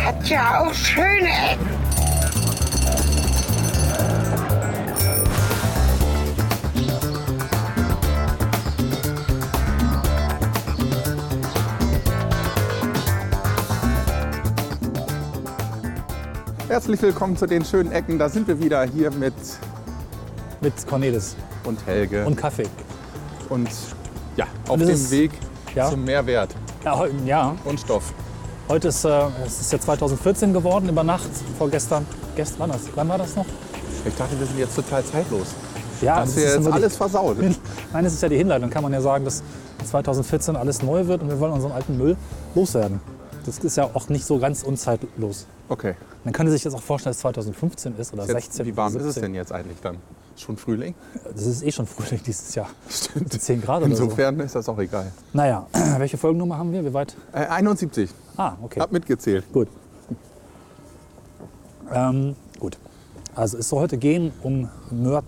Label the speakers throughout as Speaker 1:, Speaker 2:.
Speaker 1: hat ja auch schöne Ecken.
Speaker 2: Herzlich willkommen zu den schönen Ecken. Da sind wir wieder hier mit
Speaker 3: mit Cornelis
Speaker 2: und Helge
Speaker 3: und Kaffee.
Speaker 2: und ja, auf
Speaker 3: Und es
Speaker 2: dem
Speaker 3: ist-
Speaker 2: Weg
Speaker 3: ja.
Speaker 2: zum Mehrwert
Speaker 3: Ja, heu- ja.
Speaker 2: und Stoff.
Speaker 3: heute ist äh, es ist ja 2014 geworden, über Nacht, vorgestern. Gestern, wann, das, wann war das noch?
Speaker 2: Ich dachte, wir sind jetzt total zeitlos.
Speaker 3: Ja,
Speaker 2: Hast du ja jetzt
Speaker 3: immer die-
Speaker 2: alles versaut.
Speaker 3: Nein, das ist ja die Hinleitung. Kann man ja sagen, dass 2014 alles neu wird und wir wollen unseren alten Müll loswerden. Das ist ja auch nicht so ganz unzeitlos.
Speaker 2: Okay.
Speaker 3: Man könnte sich jetzt auch vorstellen, dass es 2015 ist oder
Speaker 2: Jetzt,
Speaker 3: 16.
Speaker 2: wie warm
Speaker 3: oder
Speaker 2: ist es
Speaker 3: 17.
Speaker 2: denn jetzt eigentlich dann? Schon Frühling?
Speaker 3: Das ist eh schon Frühling dieses Jahr.
Speaker 2: Stimmt.
Speaker 3: 10 Grad oder so.
Speaker 2: Insofern ist das auch egal.
Speaker 3: Naja, welche Folgennummer haben wir? Wie weit?
Speaker 2: Äh, 71,
Speaker 3: Ah, okay.
Speaker 2: hab mitgezählt.
Speaker 3: Gut. Ähm, gut. Also es soll heute gehen um Mör...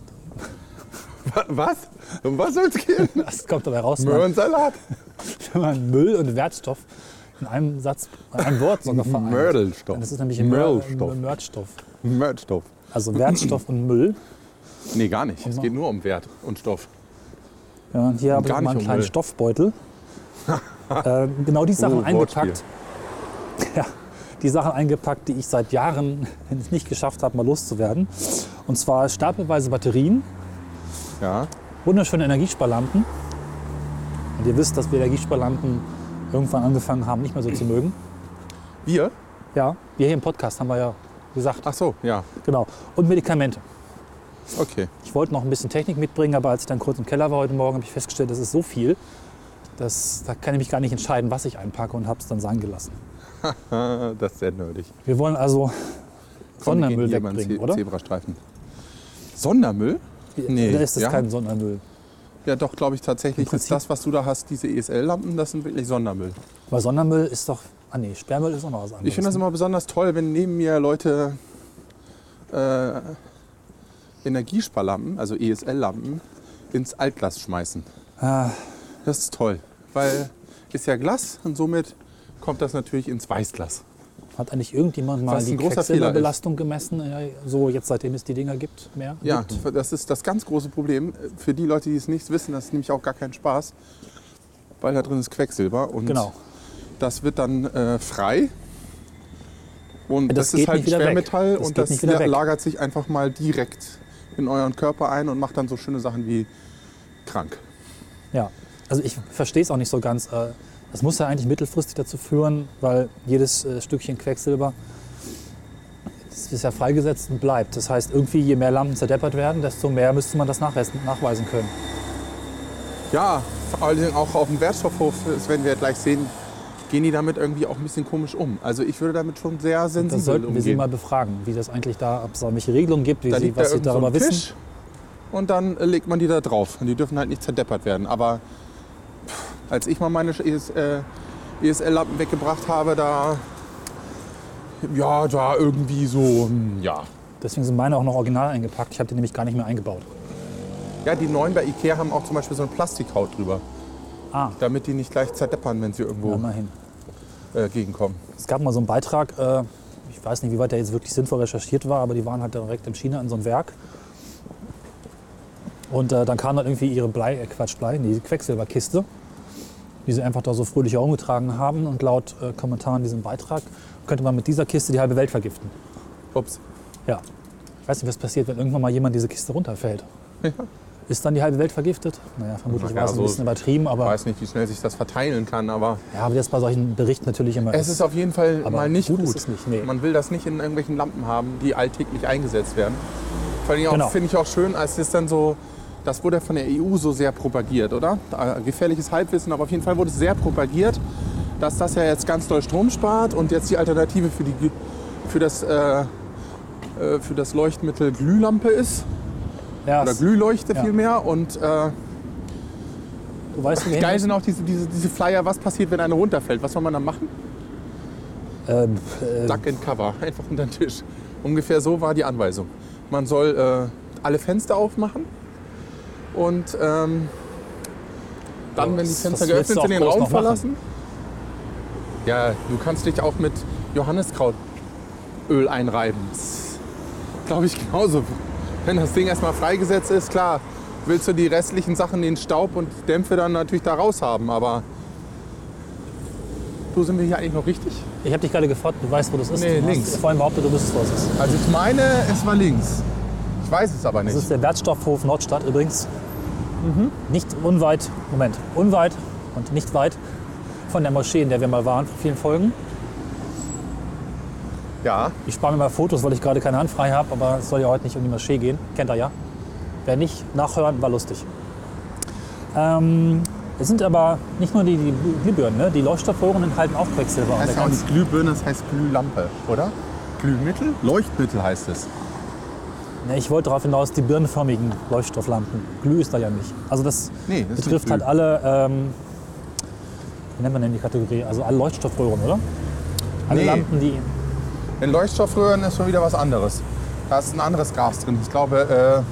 Speaker 2: Wa- Was? Um was soll's gehen?
Speaker 3: Das kommt dabei raus, wenn
Speaker 2: Möhrensalat?
Speaker 3: man Müll und Wertstoff in einem Satz, in einem Wort sogar vereint.
Speaker 2: Mördelstoff.
Speaker 3: Das ist nämlich
Speaker 2: Mördelstoff.
Speaker 3: Mördelstoff.
Speaker 2: Mördelstoff.
Speaker 3: Also Wertstoff und Müll.
Speaker 2: Nee, gar nicht. Es
Speaker 3: Also.
Speaker 2: geht nur um Wert und Stoff.
Speaker 3: Ja, und hier habe ich
Speaker 2: Gar
Speaker 3: mal
Speaker 2: nicht
Speaker 3: einen
Speaker 2: um
Speaker 3: kleinen
Speaker 2: Müll.
Speaker 3: Stoffbeutel. äh, genau die Sachen
Speaker 2: Oh,
Speaker 3: eingepackt. Ja, die Sachen eingepackt, die ich seit Jahren nicht geschafft habe, mal loszuwerden. Und zwar stapelweise Batterien,
Speaker 2: Ja.
Speaker 3: wunderschöne Energiesparlampen. Und ihr wisst, dass wir Energiesparlampen irgendwann angefangen haben, nicht mehr so zu mögen.
Speaker 2: Bier?
Speaker 3: Ja, wir hier im Podcast haben wir ja gesagt.
Speaker 2: Ach so, ja.
Speaker 3: Genau. Und Medikamente.
Speaker 2: Okay.
Speaker 3: Ich wollte noch ein bisschen Technik mitbringen, aber als ich dann kurz im Keller war heute Morgen, habe ich festgestellt, das ist so viel, dass da kann ich mich gar nicht entscheiden, was ich einpacke und habe es dann sein gelassen.
Speaker 2: Ah, das ist sehr nerdig.
Speaker 3: Wir wollen also
Speaker 2: Komm, wir gehen
Speaker 3: Sondermüll
Speaker 2: hier mal einen
Speaker 3: wegbringen,
Speaker 2: Ze-
Speaker 3: oder?
Speaker 2: Zebrastreifen. Sondermüll? Nee,
Speaker 3: Oder ist das
Speaker 2: ja.
Speaker 3: kein Sondermüll?
Speaker 2: Ja, doch, glaube ich tatsächlich.
Speaker 3: Im
Speaker 2: Ist
Speaker 3: Prinzip-
Speaker 2: das, was du da hast, diese ESL-Lampen, das sind wirklich Sondermüll.
Speaker 3: Weil Sondermüll ist doch. Ah nee, Sperrmüll ist auch noch was anderes.
Speaker 2: Ich finde das immer besonders toll, wenn neben mir Leute äh, Energiesparlampen, also ESL-Lampen, ins Altglas schmeißen.
Speaker 3: Ah,
Speaker 2: Das ist toll, weil ist ja Glas und somit kommt das natürlich ins Weißglas.
Speaker 3: hat eigentlich irgendjemand mal
Speaker 2: Was ein
Speaker 3: die
Speaker 2: großer Fehler ist.
Speaker 3: Quecksilberbelastung gemessen? Ja, so jetzt seitdem es die Dinger gibt, mehr?
Speaker 2: Ja,
Speaker 3: Gibt?
Speaker 2: das ist das ganz große Problem. Für die Leute, die es nicht wissen, das ist nämlich auch gar kein Spaß, weil da drin ist Quecksilber und
Speaker 3: Genau.
Speaker 2: das wird dann äh, frei. Und
Speaker 3: Das
Speaker 2: das, ist
Speaker 3: geht
Speaker 2: halt
Speaker 3: nicht wieder weg.
Speaker 2: Schwermetall
Speaker 3: Das
Speaker 2: und
Speaker 3: geht
Speaker 2: das
Speaker 3: nicht wieder
Speaker 2: la-
Speaker 3: weg.
Speaker 2: lagert sich einfach mal direkt in euren Körper ein und macht dann so schöne Sachen wie krank.
Speaker 3: Ja, also ich verstehe es auch nicht so ganz. äh, Das muss ja eigentlich mittelfristig dazu führen, weil jedes äh, Stückchen Quecksilber das ist ja freigesetzt und bleibt. Das heißt, irgendwie je mehr Lampen zerdeppert werden, desto mehr müsste man das nachweis- nachweisen können.
Speaker 2: Ja, vor allen Dingen auch auf dem Wertstoffhof, das werden wir gleich sehen, gehen die damit irgendwie auch ein bisschen komisch um. Also ich würde damit schon sehr
Speaker 3: Da
Speaker 2: sensibel
Speaker 3: sollten wir sie
Speaker 2: umgehen.
Speaker 3: mal befragen, wie das eigentlich da, ob es da welche Regelungen gibt, wie
Speaker 2: da
Speaker 3: sie,
Speaker 2: liegt was
Speaker 3: was
Speaker 2: da
Speaker 3: sie
Speaker 2: darüber
Speaker 3: darüber
Speaker 2: so ein
Speaker 3: wissen.
Speaker 2: Tisch und dann äh, legt man die da drauf. Und die dürfen halt nicht zerdeppert werden. Aber pff, als ich mal meine ES, äh, ESL-Lampen weggebracht habe, da. Ja, da irgendwie so. hm, Ja.
Speaker 3: Deswegen sind meine auch noch original eingepackt. Ich habe die nämlich gar nicht mehr eingebaut.
Speaker 2: Ja, die neuen bei Ikea haben auch zum Beispiel so eine Plastikhaut drüber,
Speaker 3: Ah,
Speaker 2: damit die nicht gleich zerdeppern, wenn sie
Speaker 3: ja,
Speaker 2: irgendwo
Speaker 3: immerhin.
Speaker 2: äh, gegenkommen.
Speaker 3: Es gab mal so einen Beitrag, äh, ich weiß nicht, wie weit der jetzt wirklich sinnvoll recherchiert war, aber die waren halt direkt in China in so einem Werk. Und äh, dann kam dann irgendwie ihre Blei, äh, Quatsch, Blei, nee, die Quecksilberkiste, die sie einfach da so fröhlich herumgetragen haben. Und laut äh, Kommentaren in diesem Beitrag könnte man mit dieser Kiste die halbe Welt vergiften.
Speaker 2: Ups.
Speaker 3: Ja. Ich weiß nicht, was passiert, wenn irgendwann mal jemand diese Kiste runterfällt. Ist dann die halbe Welt vergiftet? Naja, vermutlich
Speaker 2: Na ja,
Speaker 3: war es
Speaker 2: so-
Speaker 3: ein bisschen übertrieben,
Speaker 2: Ich
Speaker 3: aber,
Speaker 2: weiß nicht, wie schnell sich das verteilen kann, aber
Speaker 3: ja, aber das bei solchen Berichten natürlich immer
Speaker 2: es ist auf jeden Fall
Speaker 3: Aber
Speaker 2: mal nicht gut.
Speaker 3: gut ist es nicht, nee.
Speaker 2: Man will das nicht in irgendwelchen Lampen haben, die alltäglich eingesetzt werden. Vor allem auch-
Speaker 3: Genau.
Speaker 2: finde ich auch schön, als es dann so, das wurde ja von der EU so sehr propagiert, oder? Äh, Gefährliches Halbwissen, aber auf jeden Fall wurde es sehr propagiert, dass das ja jetzt ganz doll Strom spart und jetzt die Alternative für, die, Glü- für, das, äh, äh, für das Leuchtmittel Glühlampe ist.
Speaker 3: ja,
Speaker 2: Oder
Speaker 3: es-
Speaker 2: Glühleuchte
Speaker 3: Ja.
Speaker 2: vielmehr. Und äh,
Speaker 3: du weißt, wohin
Speaker 2: geil
Speaker 3: das-
Speaker 2: sind auch diese, diese, diese Flyer, was passiert, wenn eine runterfällt. Was soll man dann machen?
Speaker 3: Ähm, äh,
Speaker 2: Duck and Cover, einfach unter den Tisch. Ungefähr so war die Anweisung. Man soll äh, alle Fenster aufmachen und ähm, dann,
Speaker 3: Ja,
Speaker 2: wenn die
Speaker 3: was-
Speaker 2: Fenster
Speaker 3: was
Speaker 2: geöffnet
Speaker 3: willst du
Speaker 2: sind,
Speaker 3: auch
Speaker 2: den
Speaker 3: groß
Speaker 2: Raum
Speaker 3: noch machen?
Speaker 2: verlassen. Ja, du kannst dich auch mit Johanniskraut Öl einreiben. Das glaube ich genauso. Wenn das Ding erstmal freigesetzt ist, klar, willst du die restlichen Sachen, den Staub und Dämpfe dann natürlich da raus haben, aber du sind wir hier eigentlich noch richtig?
Speaker 3: Ich habe dich gerade gefragt, du weißt, wo das ist.
Speaker 2: Nee,
Speaker 3: du
Speaker 2: links.
Speaker 3: Hast vorhin behauptet, du wüsstest, wo es ist.
Speaker 2: Also ich meine, es war links. Ich weiß es aber
Speaker 3: Das
Speaker 2: nicht.
Speaker 3: ist der Wertstoffhof Nordstadt übrigens.
Speaker 2: Mhm.
Speaker 3: Nicht unweit, Moment, unweit und nicht weit von der Moschee, in der wir mal waren vor vielen Folgen.
Speaker 2: Ja,
Speaker 3: Ich spare mir mal Fotos, weil ich gerade keine Hand frei habe, aber es soll ja heute nicht um die Moschee gehen. Kennt ihr ja. Wer nicht, nachhören, war lustig. Ähm, es sind aber nicht nur die, die Glühbirnen, ne? die Leuchtstoffröhren enthalten auch Quecksilber. Und
Speaker 2: heißt
Speaker 3: der
Speaker 2: ja auch
Speaker 3: ganz-
Speaker 2: nicht Glühbirne, das heißt Glühlampe, oder? Glühmittel? Leuchtmittel heißt es.
Speaker 3: Ne, ich wollte darauf hinaus, die birnenförmigen Leuchtstofflampen. Glüh ist da ja nicht. Also das
Speaker 2: Nee, das ist
Speaker 3: betrifft
Speaker 2: nicht
Speaker 3: halt
Speaker 2: Glüh.
Speaker 3: alle, ähm, wie nennt man denn die Kategorie? Also alle Leuchtstoffröhren, oder? Alle
Speaker 2: Nee.
Speaker 3: Lampen, die
Speaker 2: In Leuchtstoffröhren ist schon wieder was anderes. Da ist ein anderes Gas drin. Ich glaube,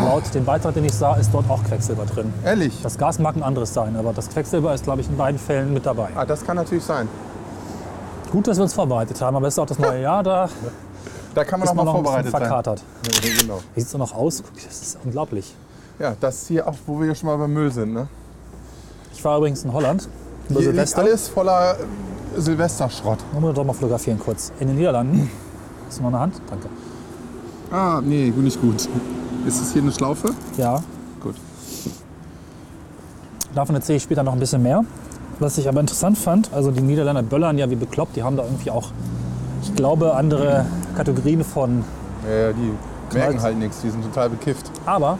Speaker 3: laut dem Beitrag, den ich sah, ist dort auch Quecksilber drin.
Speaker 2: äh, ehrlich.
Speaker 3: Das Gas mag ein anderes sein, aber das Quecksilber ist, glaube ich, in beiden Fällen mit dabei.
Speaker 2: ah, das kann natürlich sein.
Speaker 3: Gut, dass wir uns vorbereitet haben, aber es ist auch das neue Jahr, da
Speaker 2: Da kann man
Speaker 3: ist man
Speaker 2: nochmal
Speaker 3: noch ein
Speaker 2: vorbereitet
Speaker 3: bisschen
Speaker 2: sein.
Speaker 3: verkatert.
Speaker 2: Ja, genau.
Speaker 3: Wie sieht es noch aus? Guck, Das ist unglaublich.
Speaker 2: Ja, das hier auch, wo wir schon mal beim Müll sind. Ne?
Speaker 3: Ich war übrigens in Holland über
Speaker 2: Hier liegt
Speaker 3: Silvester.
Speaker 2: alles voller äh, Silvesterschrott.
Speaker 3: Da muss man doch mal fotografieren kurz. In den Niederlanden. Hast du noch eine Hand? Danke.
Speaker 2: Ah, nee, nicht gut. Ist es hier eine Schlaufe?
Speaker 3: Ja,
Speaker 2: Gut.
Speaker 3: Davon erzähle ich später noch ein bisschen mehr. Was ich aber interessant fand, also die Niederländer böllern ja wie bekloppt, die haben da irgendwie auch, ich glaube, andere Kategorien von.
Speaker 2: Ja, die merken
Speaker 3: merken
Speaker 2: halt nichts, die sind total bekifft.
Speaker 3: Aber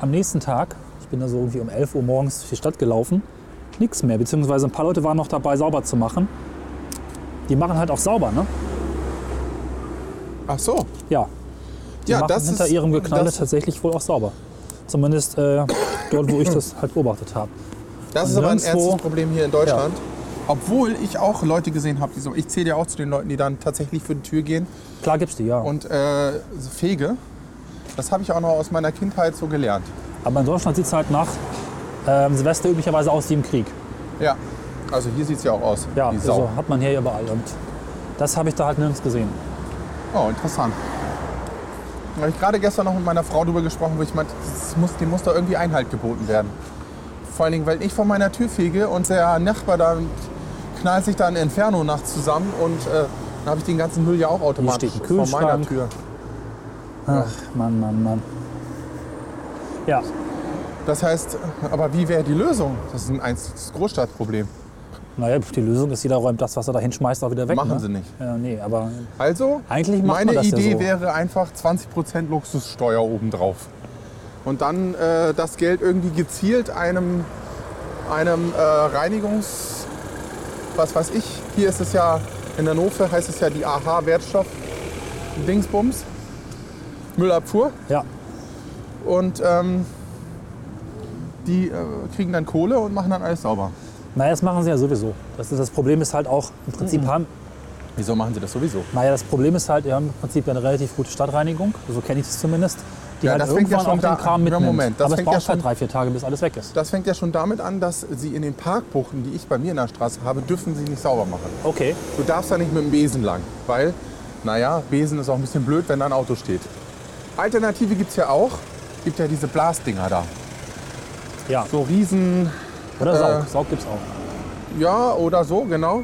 Speaker 3: am nächsten Tag, ich bin da so irgendwie um 11 Uhr morgens durch die Stadt gelaufen, nichts mehr. Beziehungsweise ein paar Leute waren noch dabei, sauber zu machen. Die machen halt auch sauber, ne?
Speaker 2: Ach so.
Speaker 3: Ja. Die
Speaker 2: Ja,
Speaker 3: machen
Speaker 2: das
Speaker 3: hinter
Speaker 2: ist-
Speaker 3: ihrem Geknalle
Speaker 2: das-
Speaker 3: tatsächlich wohl auch sauber. Zumindest äh, dort, wo ich das halt beobachtet habe.
Speaker 2: Das ist aber ein
Speaker 3: Nirgendwo-
Speaker 2: ernstes Problem hier in Deutschland. Obwohl ich auch Leute gesehen habe, die so, ich zähle ja auch zu den Leuten, die dann tatsächlich für die Tür gehen
Speaker 3: Klar gibt's die, ja.
Speaker 2: und äh, fege. Das habe ich auch noch aus meiner Kindheit so gelernt.
Speaker 3: Aber in Deutschland sieht es halt nach ähm, Silvester üblicherweise aus wie im Krieg.
Speaker 2: Ja, also hier sieht es ja auch aus.
Speaker 3: Ja,
Speaker 2: die Sau.
Speaker 3: also hat man hier überall. Und das habe ich da halt nirgends gesehen.
Speaker 2: Oh, interessant. Da habe ich gerade gestern noch mit meiner Frau drüber gesprochen, wo ich meinte, das muss, dem muss da irgendwie Einhalt geboten werden. Vor allen Dingen, weil ich vor meiner Tür fege und der Nachbar da knallt sich da ein Inferno nachts zusammen und äh, dann habe ich den ganzen Müll ja auch automatisch
Speaker 3: steht ein
Speaker 2: vor meiner
Speaker 3: Kühlschrank.
Speaker 2: Tür.
Speaker 3: Ach, Mann, Mann, Mann. Ja,
Speaker 2: Das heißt, aber wie wäre die Lösung? Das ist ein einziges Großstadtproblem.
Speaker 3: naja, die Lösung ist, jeder räumt das, was er da hinschmeißt, auch wieder weg.
Speaker 2: Machen
Speaker 3: ne?
Speaker 2: sie nicht.
Speaker 3: Ja, nee, aber
Speaker 2: Also,
Speaker 3: Eigentlich macht
Speaker 2: meine
Speaker 3: man das ja
Speaker 2: Idee
Speaker 3: so.
Speaker 2: wäre einfach 20% Luxussteuer obendrauf. Und dann äh, das Geld irgendwie gezielt einem, einem äh, Reinigungs... Was weiß ich, hier ist es ja, in Hannover heißt es ja die AH-Wertstoff-Dingsbums, Müllabfuhr.
Speaker 3: ja,
Speaker 2: Und ähm, die äh, kriegen dann Kohle und machen dann alles sauber.
Speaker 3: naja, das machen sie ja sowieso. Das, ist, das Problem ist halt auch, im Prinzip
Speaker 2: Mhm.
Speaker 3: haben,
Speaker 2: Wieso machen sie das sowieso?
Speaker 3: naja, das Problem ist halt, wir haben im Prinzip ja eine relativ gute Stadtreinigung, so kenne ich das zumindest, die
Speaker 2: Ja,
Speaker 3: halt
Speaker 2: das fängt ja
Speaker 3: irgendwann
Speaker 2: schon
Speaker 3: auch
Speaker 2: da-
Speaker 3: den Kram
Speaker 2: Na,
Speaker 3: mitnimmt.
Speaker 2: Moment, das
Speaker 3: aber es
Speaker 2: fängt ja
Speaker 3: braucht halt
Speaker 2: schon-
Speaker 3: drei, vier Tage, bis alles weg ist.
Speaker 2: Das fängt ja schon damit an, dass sie in den Parkbuchten, die ich bei mir in der Straße habe, dürfen sie nicht sauber machen.
Speaker 3: Okay,
Speaker 2: Du darfst da nicht mit dem Besen lang, weil, naja, Besen ist auch ein bisschen blöd, wenn da ein Auto steht. Alternative gibt es ja auch. Gibt ja diese Blasdinger da.
Speaker 3: ja.
Speaker 2: So riesen,
Speaker 3: Oder
Speaker 2: Äh,
Speaker 3: Saug, Saug gibt's auch.
Speaker 2: ja oder so, genau.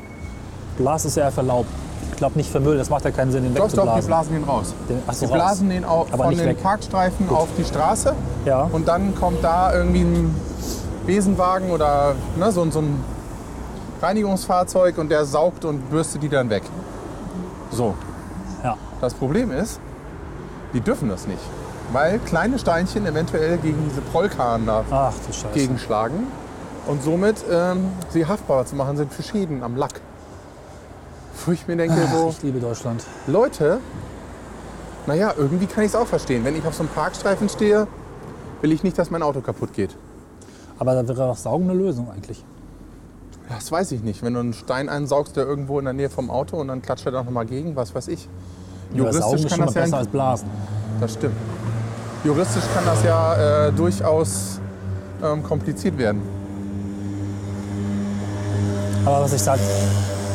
Speaker 3: Glas ist ja eher für Laub. Ich glaube nicht für Müll, das macht ja keinen Sinn, den
Speaker 2: Doch, doch, die
Speaker 3: wegzublasen.
Speaker 2: blasen den raus.
Speaker 3: Den- ach so,
Speaker 2: die
Speaker 3: raus.
Speaker 2: blasen den au-
Speaker 3: Aber
Speaker 2: von
Speaker 3: nicht
Speaker 2: den
Speaker 3: weg.
Speaker 2: Parkstreifen auf die Straße
Speaker 3: Ja.
Speaker 2: und dann kommt da irgendwie ein Besenwagen oder ne, so, ein- so ein Reinigungsfahrzeug und der saugt und bürstet die dann weg. So,
Speaker 3: ja.
Speaker 2: Das Problem ist, die dürfen das nicht, weil kleine Steinchen eventuell gegen diese Prollkarren da
Speaker 3: Ach du Scheiße.
Speaker 2: gegenschlagen und somit ähm, sie haftbar zu machen sind für Schäden am Lack. Wo ich mir denke,
Speaker 3: Ach,
Speaker 2: so,
Speaker 3: Ah, ich liebe Deutschland.
Speaker 2: Leute, naja, irgendwie kann ich es auch verstehen. Wenn ich auf so einem Parkstreifen stehe, will ich nicht, dass mein Auto kaputt geht.
Speaker 3: Aber da wäre doch Saugen eine Lösung eigentlich.
Speaker 2: Das weiß ich nicht. Wenn du einen Stein einsaugst, der irgendwo in der Nähe vom Auto und dann klatscht er doch nochmal gegen, was weiß ich.
Speaker 3: Aber Saugen
Speaker 2: Juristisch
Speaker 3: ist
Speaker 2: kann
Speaker 3: schon
Speaker 2: das
Speaker 3: mal
Speaker 2: ja
Speaker 3: besser als Blasen.
Speaker 2: Das stimmt. Juristisch kann das ja äh, durchaus ähm, kompliziert werden.
Speaker 3: Aber was ich sag,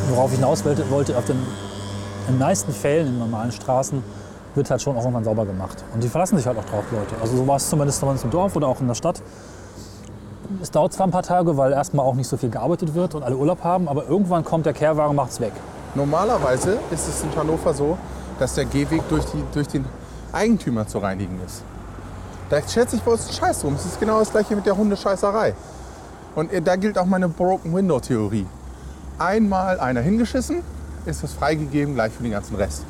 Speaker 3: worauf ich hinaus wollte, wollte auf den in meisten Fällen in normalen Straßen wird halt schon auch irgendwann sauber gemacht. Und die verlassen sich halt auch drauf, Leute. Also so war es zumindest bei uns im Dorf oder auch in der Stadt. Es dauert zwar ein paar Tage, weil erstmal auch nicht so viel gearbeitet wird und alle Urlaub haben, aber irgendwann kommt der Kehrwagen, macht's weg.
Speaker 2: Normalerweise ist es in Hannover so, dass der Gehweg durch, die, durch den Eigentümer zu reinigen ist. Da schätze ich bei uns einen Scheiß rum. Es ist genau das gleiche mit der Hundescheißerei. Und äh, da gilt auch meine Broken Window Theorie. Einmal einer hingeschissen, ist es freigegeben gleich für den ganzen Rest.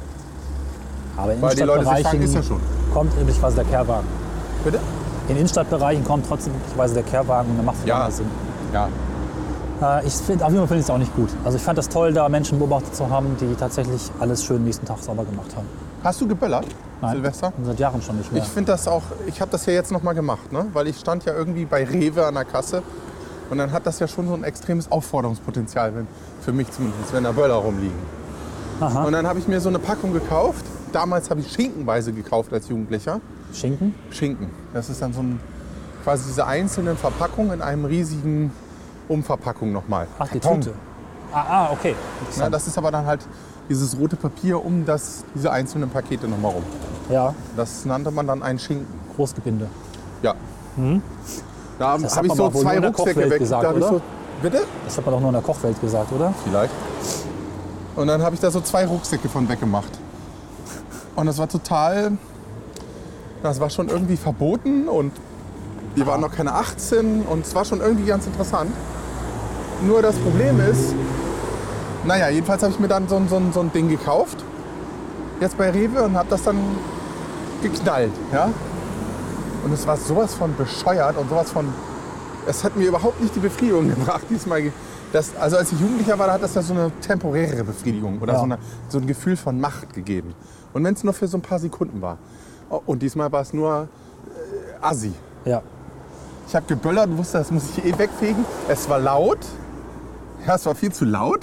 Speaker 3: Aber in
Speaker 2: Weil die Leute sich
Speaker 3: Innenstadtbereichen
Speaker 2: fangen, ist ja schon.
Speaker 3: kommt üblicherweise der Kehrwagen.
Speaker 2: Bitte?
Speaker 3: In Innenstadtbereichen kommt trotzdem üblicherweise der Kehrwagen und dann macht es
Speaker 2: Ja.
Speaker 3: wieder Sinn.
Speaker 2: Ja.
Speaker 3: Äh, Ich find, auf jeden Fall finde ich es auch nicht gut. Also ich fand es toll, da Menschen beobachtet zu haben, die tatsächlich alles schön nächsten Tag sauber gemacht haben.
Speaker 2: Hast du geböllert, Silvester?
Speaker 3: Und seit Jahren schon nicht mehr.
Speaker 2: Ich finde das auch, ich habe das ja jetzt nochmal gemacht, ne? weil ich stand ja irgendwie bei Rewe an der Kasse und dann hat das ja schon so ein extremes Aufforderungspotenzial, wenn, für mich zumindest, wenn da Böller rumliegen.
Speaker 3: Aha.
Speaker 2: Und dann habe ich mir so eine Packung gekauft. Damals habe ich Schinkenweise gekauft als Jugendlicher.
Speaker 3: Schinken?
Speaker 2: Schinken. Das ist dann so ein, quasi diese einzelnen Verpackungen in einem riesigen Umverpackung nochmal.
Speaker 3: Ach, die
Speaker 2: Karton.
Speaker 3: Tüte. Ah, ah okay.
Speaker 2: Ja, das ist aber dann halt dieses rote Papier um das, diese einzelnen Pakete nochmal rum.
Speaker 3: Ja,
Speaker 2: Das nannte man dann einen Schinken.
Speaker 3: Großgebinde.
Speaker 2: Ja. Da
Speaker 3: Hm? Das
Speaker 2: habe
Speaker 3: hat
Speaker 2: ich
Speaker 3: man
Speaker 2: so
Speaker 3: aber wohl nur
Speaker 2: zwei
Speaker 3: in der
Speaker 2: Rucksäcke
Speaker 3: Kochwelt
Speaker 2: weg.
Speaker 3: gesagt,
Speaker 2: da hab ich
Speaker 3: oder?
Speaker 2: so, bitte?
Speaker 3: Das hat man doch nur in der Kochwelt gesagt, oder?
Speaker 2: Vielleicht. Und dann habe ich da so zwei Rucksäcke von weggemacht. Und das war total. Das war schon irgendwie verboten und wir waren noch keine 18 und es war schon irgendwie ganz interessant. Nur das Problem ist, naja, jedenfalls habe ich mir dann so, ein- so, ein- so ein Ding gekauft. Jetzt bei Rewe und habe das dann geknallt. Ja? Und es war sowas von bescheuert und sowas von es hat mir überhaupt nicht die Befriedigung gebracht diesmal. ge- Das, also als ich Jugendlicher war, da hat das ja so eine temporäre Befriedigung oder
Speaker 3: Ja.
Speaker 2: so, eine, so ein Gefühl von Macht gegeben. Und wenn es nur für so ein paar Sekunden war. Oh, Und diesmal war es nur äh, Assi.
Speaker 3: Ja.
Speaker 2: Ich habe geböllert und wusste, das muss ich eh wegfegen. Es war laut. Ja, es war viel zu laut.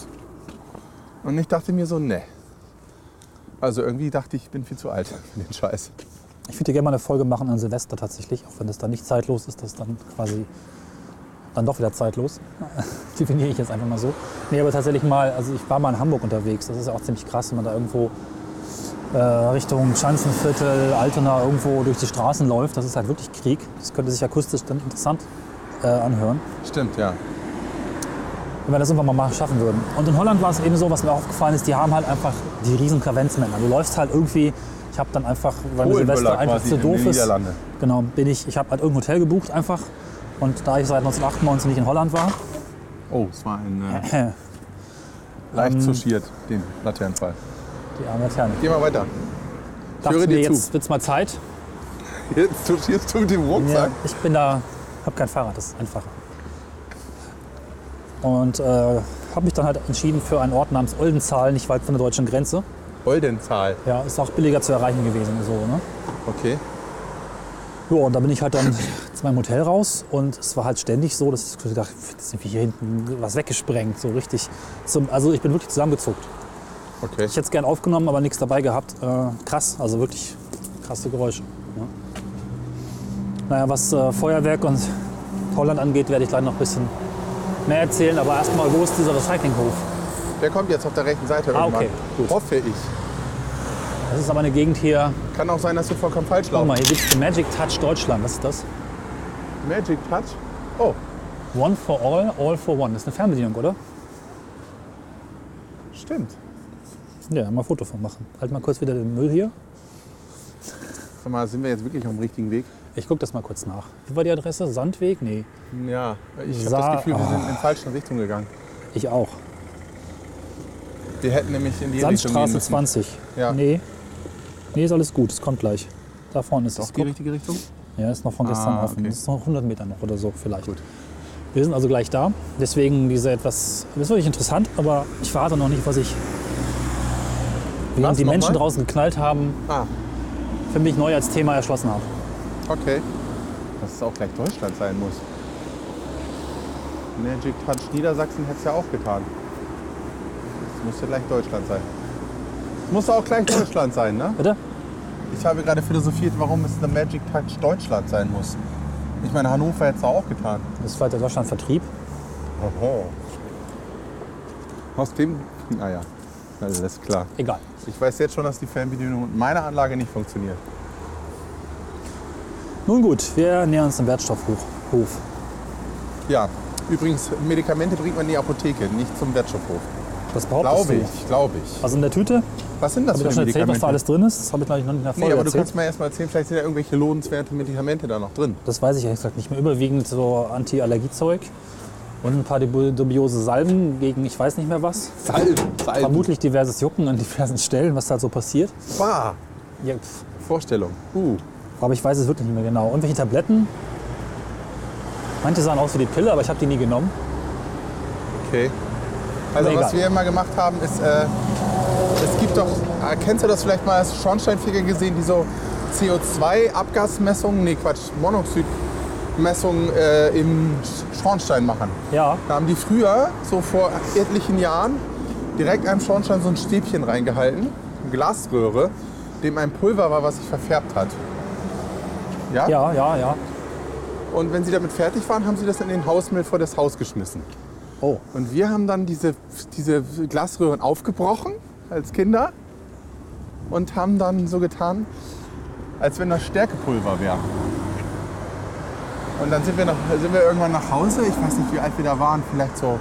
Speaker 2: Und ich dachte mir so, ne. Also irgendwie dachte ich, ich bin viel zu alt für den Scheiß.
Speaker 3: Ich würde gerne mal eine Folge machen an Silvester tatsächlich, auch wenn das dann nicht zeitlos ist, das ist dann quasi dann doch wieder zeitlos. Definiere ich jetzt einfach mal so. Nee, aber tatsächlich mal, also ich war mal in Hamburg unterwegs, das ist ja auch ziemlich krass, wenn man da irgendwo äh, Richtung Schanzenviertel, Altona irgendwo durch die Straßen läuft, das ist halt wirklich Krieg. Das könnte sich akustisch dann interessant äh, anhören
Speaker 2: Stimmt, ja.
Speaker 3: wenn wir das irgendwann mal machen- schaffen würden. Und in Holland war es eben so, was mir aufgefallen ist, die haben halt einfach die riesen Kavenzmänner. Du läufst halt irgendwie, ich habe dann einfach, weil mir
Speaker 2: Polenböller
Speaker 3: Silvester einfach
Speaker 2: quasi
Speaker 3: zu
Speaker 2: in
Speaker 3: doof
Speaker 2: den
Speaker 3: ist,
Speaker 2: Niederlande.
Speaker 3: genau, bin ich, ich habe halt irgendein Hotel gebucht einfach. Und da ich seit 1998 nicht in Holland war,
Speaker 2: Oh, es war ein äh, leicht
Speaker 3: Ähm.
Speaker 2: touchiert, den Laternenfall.
Speaker 3: die arme Laterne,
Speaker 2: Geh mal weiter.
Speaker 3: dachte
Speaker 2: höre
Speaker 3: mir,
Speaker 2: dir
Speaker 3: jetzt wird's mal Zeit.
Speaker 2: Jetzt touchierst du mit dem Rucksack.
Speaker 3: Ja, ich bin da, habe kein Fahrrad, das ist einfacher. Und äh, habe mich dann halt entschieden für einen Ort namens Oldenzaal, nicht weit von der deutschen Grenze.
Speaker 2: Oldenzahl.
Speaker 3: Ja, ist auch billiger zu erreichen gewesen. So, ne?
Speaker 2: Okay.
Speaker 3: Ja, und da bin ich halt dann zu meinem Hotel raus und es war halt ständig so, dass ich gedacht habe, jetzt sind wir hier hinten was weggesprengt, so richtig. Zum, also ich bin wirklich zusammengezuckt.
Speaker 2: Okay.
Speaker 3: Ich hätte es gern aufgenommen, aber nichts dabei gehabt. Äh, krass, also wirklich krasse Geräusche. Ne? Naja, was äh, Feuerwerk und Holland angeht, werde ich gleich noch ein bisschen mehr erzählen. Aber erstmal, wo ist dieser Recyclinghof?
Speaker 2: Der kommt jetzt auf der rechten Seite
Speaker 3: Ah,
Speaker 2: irgendwann.
Speaker 3: okay, gut.
Speaker 2: Hoffe ich.
Speaker 3: Das ist aber eine Gegend hier.
Speaker 2: Kann auch sein, dass wir vollkommen falsch
Speaker 3: Guck
Speaker 2: laufen.
Speaker 3: mal, hier gibt es die Magic Touch Deutschland. Was ist das?
Speaker 2: Magic Touch. Oh,
Speaker 3: One for all, all for one. Das ist eine Fernbedienung, oder?
Speaker 2: stimmt.
Speaker 3: Ja, mal ein Foto von machen. Halt mal kurz wieder den Müll hier.
Speaker 2: Sag mal, sind wir jetzt wirklich auf dem richtigen Weg?
Speaker 3: Ich gucke das mal kurz nach. Wie war die Adresse? Sandweg? Nee,
Speaker 2: Ja, ich habe
Speaker 3: Sa- Ah.
Speaker 2: das Gefühl, wir sind in falsche Richtung gegangen.
Speaker 3: ich auch.
Speaker 2: Wir hätten nämlich in die
Speaker 3: Sandstraße
Speaker 2: Richtung gehen
Speaker 3: 20.
Speaker 2: Ja.
Speaker 3: Nee. Nee, ist alles gut. Es kommt gleich. Da vorne ist
Speaker 2: müssen.
Speaker 3: es.
Speaker 2: Doch die
Speaker 3: Guck.
Speaker 2: richtige Richtung?
Speaker 3: Ja, ist noch von gestern
Speaker 2: Ah,
Speaker 3: offen.
Speaker 2: okay.
Speaker 3: Das ist noch 100 Meter noch oder so vielleicht.
Speaker 2: Gut.
Speaker 3: Wir sind also gleich da. Deswegen diese etwas. Das ist wirklich interessant, aber ich verrate noch nicht, was ich.
Speaker 2: Was,
Speaker 3: Während die
Speaker 2: noch
Speaker 3: Menschen
Speaker 2: mal?
Speaker 3: draußen geknallt haben,
Speaker 2: Ah,
Speaker 3: für mich neu als Thema erschlossen habe.
Speaker 2: okay. Dass es auch gleich Deutschland sein muss. Magic Touch Niedersachsen hätte es ja auch getan. Es musste gleich Deutschland sein. Es musste auch gleich Deutschland sein, ne?
Speaker 3: Bitte?
Speaker 2: Ich habe gerade philosophiert, warum es eine Magic Touch Deutschland sein muss. Ich meine, Hannover hätte es auch getan.
Speaker 3: Das ist vielleicht der Deutschlandvertrieb.
Speaker 2: Oho. Aus dem. Naja. Alles klar.
Speaker 3: Egal.
Speaker 2: Ich weiß jetzt schon, dass die Fernbedienung mit meiner Anlage nicht funktioniert.
Speaker 3: Nun gut, wir nähern uns dem Wertstoffhof. Hof.
Speaker 2: Ja, übrigens, Medikamente bringt man in die Apotheke, nicht zum Wertstoffhof.
Speaker 3: Das behauptest
Speaker 2: Glaube
Speaker 3: du.
Speaker 2: ich, glaube ich.
Speaker 3: Also in der Tüte,
Speaker 2: Was sind das
Speaker 3: habe ich
Speaker 2: für
Speaker 3: ja schon erzählt,
Speaker 2: Medikamente?
Speaker 3: was da alles drin ist. Das habe ich, glaube ich, noch nicht in der
Speaker 2: nee,
Speaker 3: Folge
Speaker 2: aber du
Speaker 3: erzählt.
Speaker 2: kannst mir erst mal erzählen, vielleicht sind da irgendwelche lohnenswerte Medikamente da noch drin.
Speaker 3: Das weiß ich ehrlich gesagt nicht mehr. Überwiegend so Anti-Allergiezeug und ein paar dubi- dubiose Salben gegen ich weiß nicht mehr was.
Speaker 2: Salben,
Speaker 3: Vermutlich diverses Jucken an diversen Stellen, was da so passiert.
Speaker 2: Bah,
Speaker 3: Ja, pf.
Speaker 2: Ah, Vorstellung. Uh,
Speaker 3: aber ich weiß es wirklich nicht mehr genau. Und welche Tabletten? Manche sahen aus wie die Pille, aber ich habe die nie genommen.
Speaker 2: okay. Also
Speaker 3: Aber
Speaker 2: was
Speaker 3: egal.
Speaker 2: wir immer gemacht haben, ist, äh, es gibt doch, äh, kennst du das vielleicht mal als Schornsteinfeger gesehen, die so CO2-Abgasmessungen, nee Quatsch, Monoxidmessungen äh, im Sch- Schornstein machen.
Speaker 3: Ja,
Speaker 2: Da haben die früher, so vor etlichen Jahren, direkt einem Schornstein so ein Stäbchen reingehalten, eine Glasröhre, dem ein Pulver war, was sich verfärbt hat. Ja?
Speaker 3: ja, ja, ja.
Speaker 2: Und wenn sie damit fertig waren, haben sie das in den Hausmüll vor das Haus geschmissen.
Speaker 3: Oh,
Speaker 2: Und wir haben dann diese, diese Glasröhren aufgebrochen als Kinder und haben dann so getan, als wenn das Stärkepulver wäre. Und dann sind wir, nach, sind wir irgendwann nach Hause, ich weiß nicht, wie alt wir da waren, vielleicht so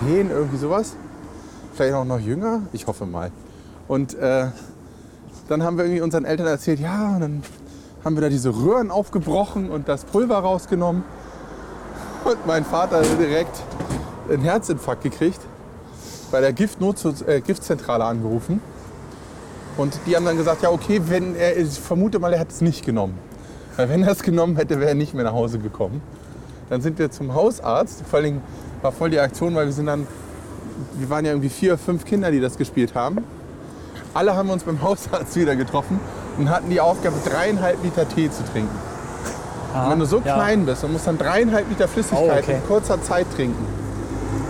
Speaker 2: zehn, irgendwie sowas. Vielleicht auch noch jünger, ich hoffe mal. Und äh, dann haben wir irgendwie unseren Eltern erzählt, ja, und dann haben wir da diese Röhren aufgebrochen und das Pulver rausgenommen. Und mein Vater hat direkt einen Herzinfarkt gekriegt, bei der Giftnotz- äh, Giftzentrale angerufen. Und die haben dann gesagt, ja okay, wenn er, ich vermute mal, er hat es nicht genommen. Weil wenn er es genommen hätte, wäre er nicht mehr nach Hause gekommen. Dann sind wir zum Hausarzt, vor allen Dingen war voll die Aktion, weil wir sind dann, wir waren ja irgendwie vier, fünf Kinder, die das gespielt haben. Alle haben uns beim Hausarzt wieder getroffen und hatten die Aufgabe, dreieinhalb Liter Tee zu trinken. Und wenn du so
Speaker 3: ja.
Speaker 2: klein bist und musst dann dreieinhalb Liter Flüssigkeit
Speaker 3: Oh, okay.
Speaker 2: in kurzer Zeit trinken,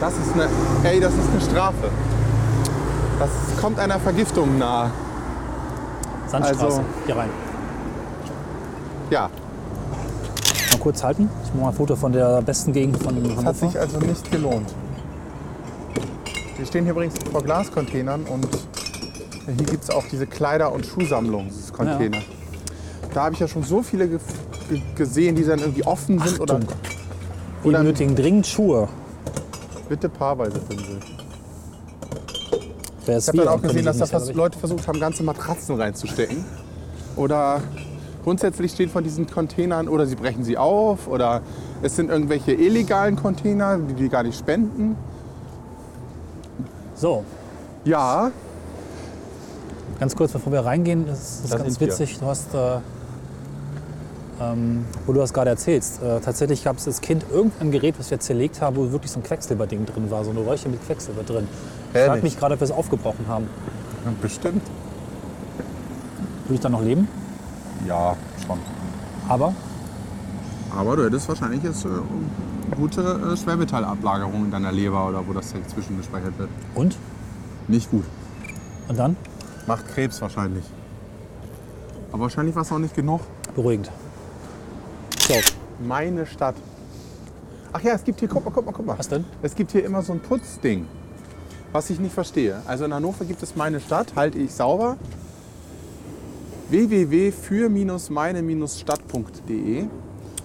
Speaker 2: das ist eine, ey, das ist eine Strafe. Das kommt einer Vergiftung nahe.
Speaker 3: Sandstraße.
Speaker 2: Also-
Speaker 3: Hier rein.
Speaker 2: Ja,
Speaker 3: Mhm. Mal kurz halten. Ich mache mal ein Foto von der besten Gegend von
Speaker 2: es hat sich
Speaker 3: Hannover.
Speaker 2: also nicht gelohnt. Wir stehen hier übrigens vor Glascontainern und hier gibt es auch diese Kleider- und Schuhsammlungscontainer. Da habe ich ja schon so viele ge ge gesehen, die dann irgendwie offen sind oder
Speaker 3: Achtung. Wir benötigen dringend Schuhe.
Speaker 2: bitte paarweise Pinsel.
Speaker 3: Wer ist
Speaker 2: Ich habe
Speaker 3: wir?
Speaker 2: dann auch
Speaker 3: Können die
Speaker 2: gesehen, dass da
Speaker 3: nicht
Speaker 2: vers
Speaker 3: selber-
Speaker 2: Leute versucht haben, ganze Matratzen reinzustecken. Oder grundsätzlich steht von diesen Containern, oder sie brechen sie auf, oder es sind irgendwelche illegalen Container, die die gar nicht spenden.
Speaker 3: So,
Speaker 2: Ja,
Speaker 3: Ganz kurz, bevor wir reingehen, das ist
Speaker 2: Da
Speaker 3: ganz
Speaker 2: sind wir.
Speaker 3: witzig. Du hast, äh, ähm, wo du das gerade erzählst, äh, tatsächlich gab es als Kind irgendein Gerät, was wir zerlegt haben, wo wirklich so ein Quecksilberding drin war, so eine Röhrchen mit Quecksilber drin. Ich frag
Speaker 2: Ehrlich?
Speaker 3: mich gerade, ob wir es aufgebrochen haben.
Speaker 2: bestimmt.
Speaker 3: Würde ich dann noch leben?
Speaker 2: Ja, schon.
Speaker 3: Aber
Speaker 2: Aber du hättest wahrscheinlich jetzt äh, gute äh, Schwermetallablagerung in deiner Leber oder wo das dazwischen gespeichert wird.
Speaker 3: und?
Speaker 2: Nicht gut.
Speaker 3: Und dann?
Speaker 2: Macht Krebs wahrscheinlich. Aber wahrscheinlich war es noch nicht genug.
Speaker 3: Beruhigend. So,
Speaker 2: Meine Stadt. Ach ja, es gibt hier, guck mal, guck mal, guck mal.
Speaker 3: was denn?
Speaker 2: Es gibt hier immer so ein Putzding, was ich nicht verstehe. Also in Hannover gibt es meine Stadt, halte ich sauber. www.für-meine-stadt.de E.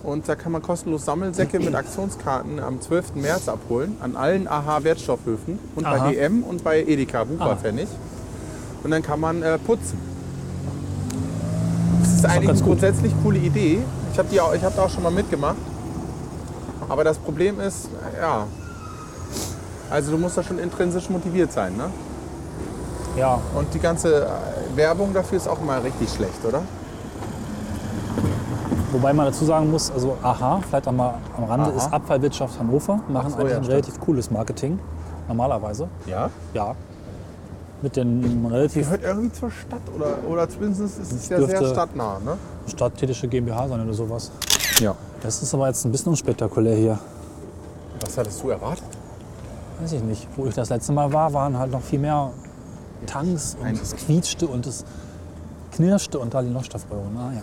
Speaker 2: und da kann man kostenlos Sammelsäcke mit Aktionskarten am 12. März abholen an allen AH-Wertstoffhöfen und
Speaker 3: Aha.
Speaker 2: bei DM und bei Edeka
Speaker 3: Aha.
Speaker 2: Bucherpfennig. Und dann kann man äh, putzen. Das ist eigentlich
Speaker 3: ganz
Speaker 2: eine
Speaker 3: gut.
Speaker 2: grundsätzlich coole Idee. Ich habe hab da auch schon mal mitgemacht. Aber das Problem ist, ja, also du musst da schon intrinsisch motiviert sein, ne?
Speaker 3: Ja,
Speaker 2: Und die ganze äh, Werbung dafür ist auch mal richtig schlecht, oder?
Speaker 3: wobei man dazu sagen muss, also aha, vielleicht auch mal am Rande,
Speaker 2: Aha.
Speaker 3: ist Abfallwirtschaft Hannover, machen
Speaker 2: so,
Speaker 3: eigentlich
Speaker 2: ja,
Speaker 3: ein
Speaker 2: stimmt.
Speaker 3: relativ cooles Marketing, normalerweise.
Speaker 2: Ja.
Speaker 3: Ja. Mit den relativ
Speaker 2: Gehört irgendwie zur Stadt oder, oder zumindest ist es ja
Speaker 3: dürfte-
Speaker 2: sehr stadtnah, ne?
Speaker 3: Stadtstädtische GmbH sein oder sowas.
Speaker 2: Ja.
Speaker 3: Das ist aber jetzt ein bisschen unspektakulär hier.
Speaker 2: Was hattest du erwartet?
Speaker 3: Weiß ich nicht. Wo ich das letzte Mal war, waren halt noch viel mehr Tanks und
Speaker 2: Ein-
Speaker 3: es quietschte und es knirschte und da die noch Stoffröhren. Ah ja.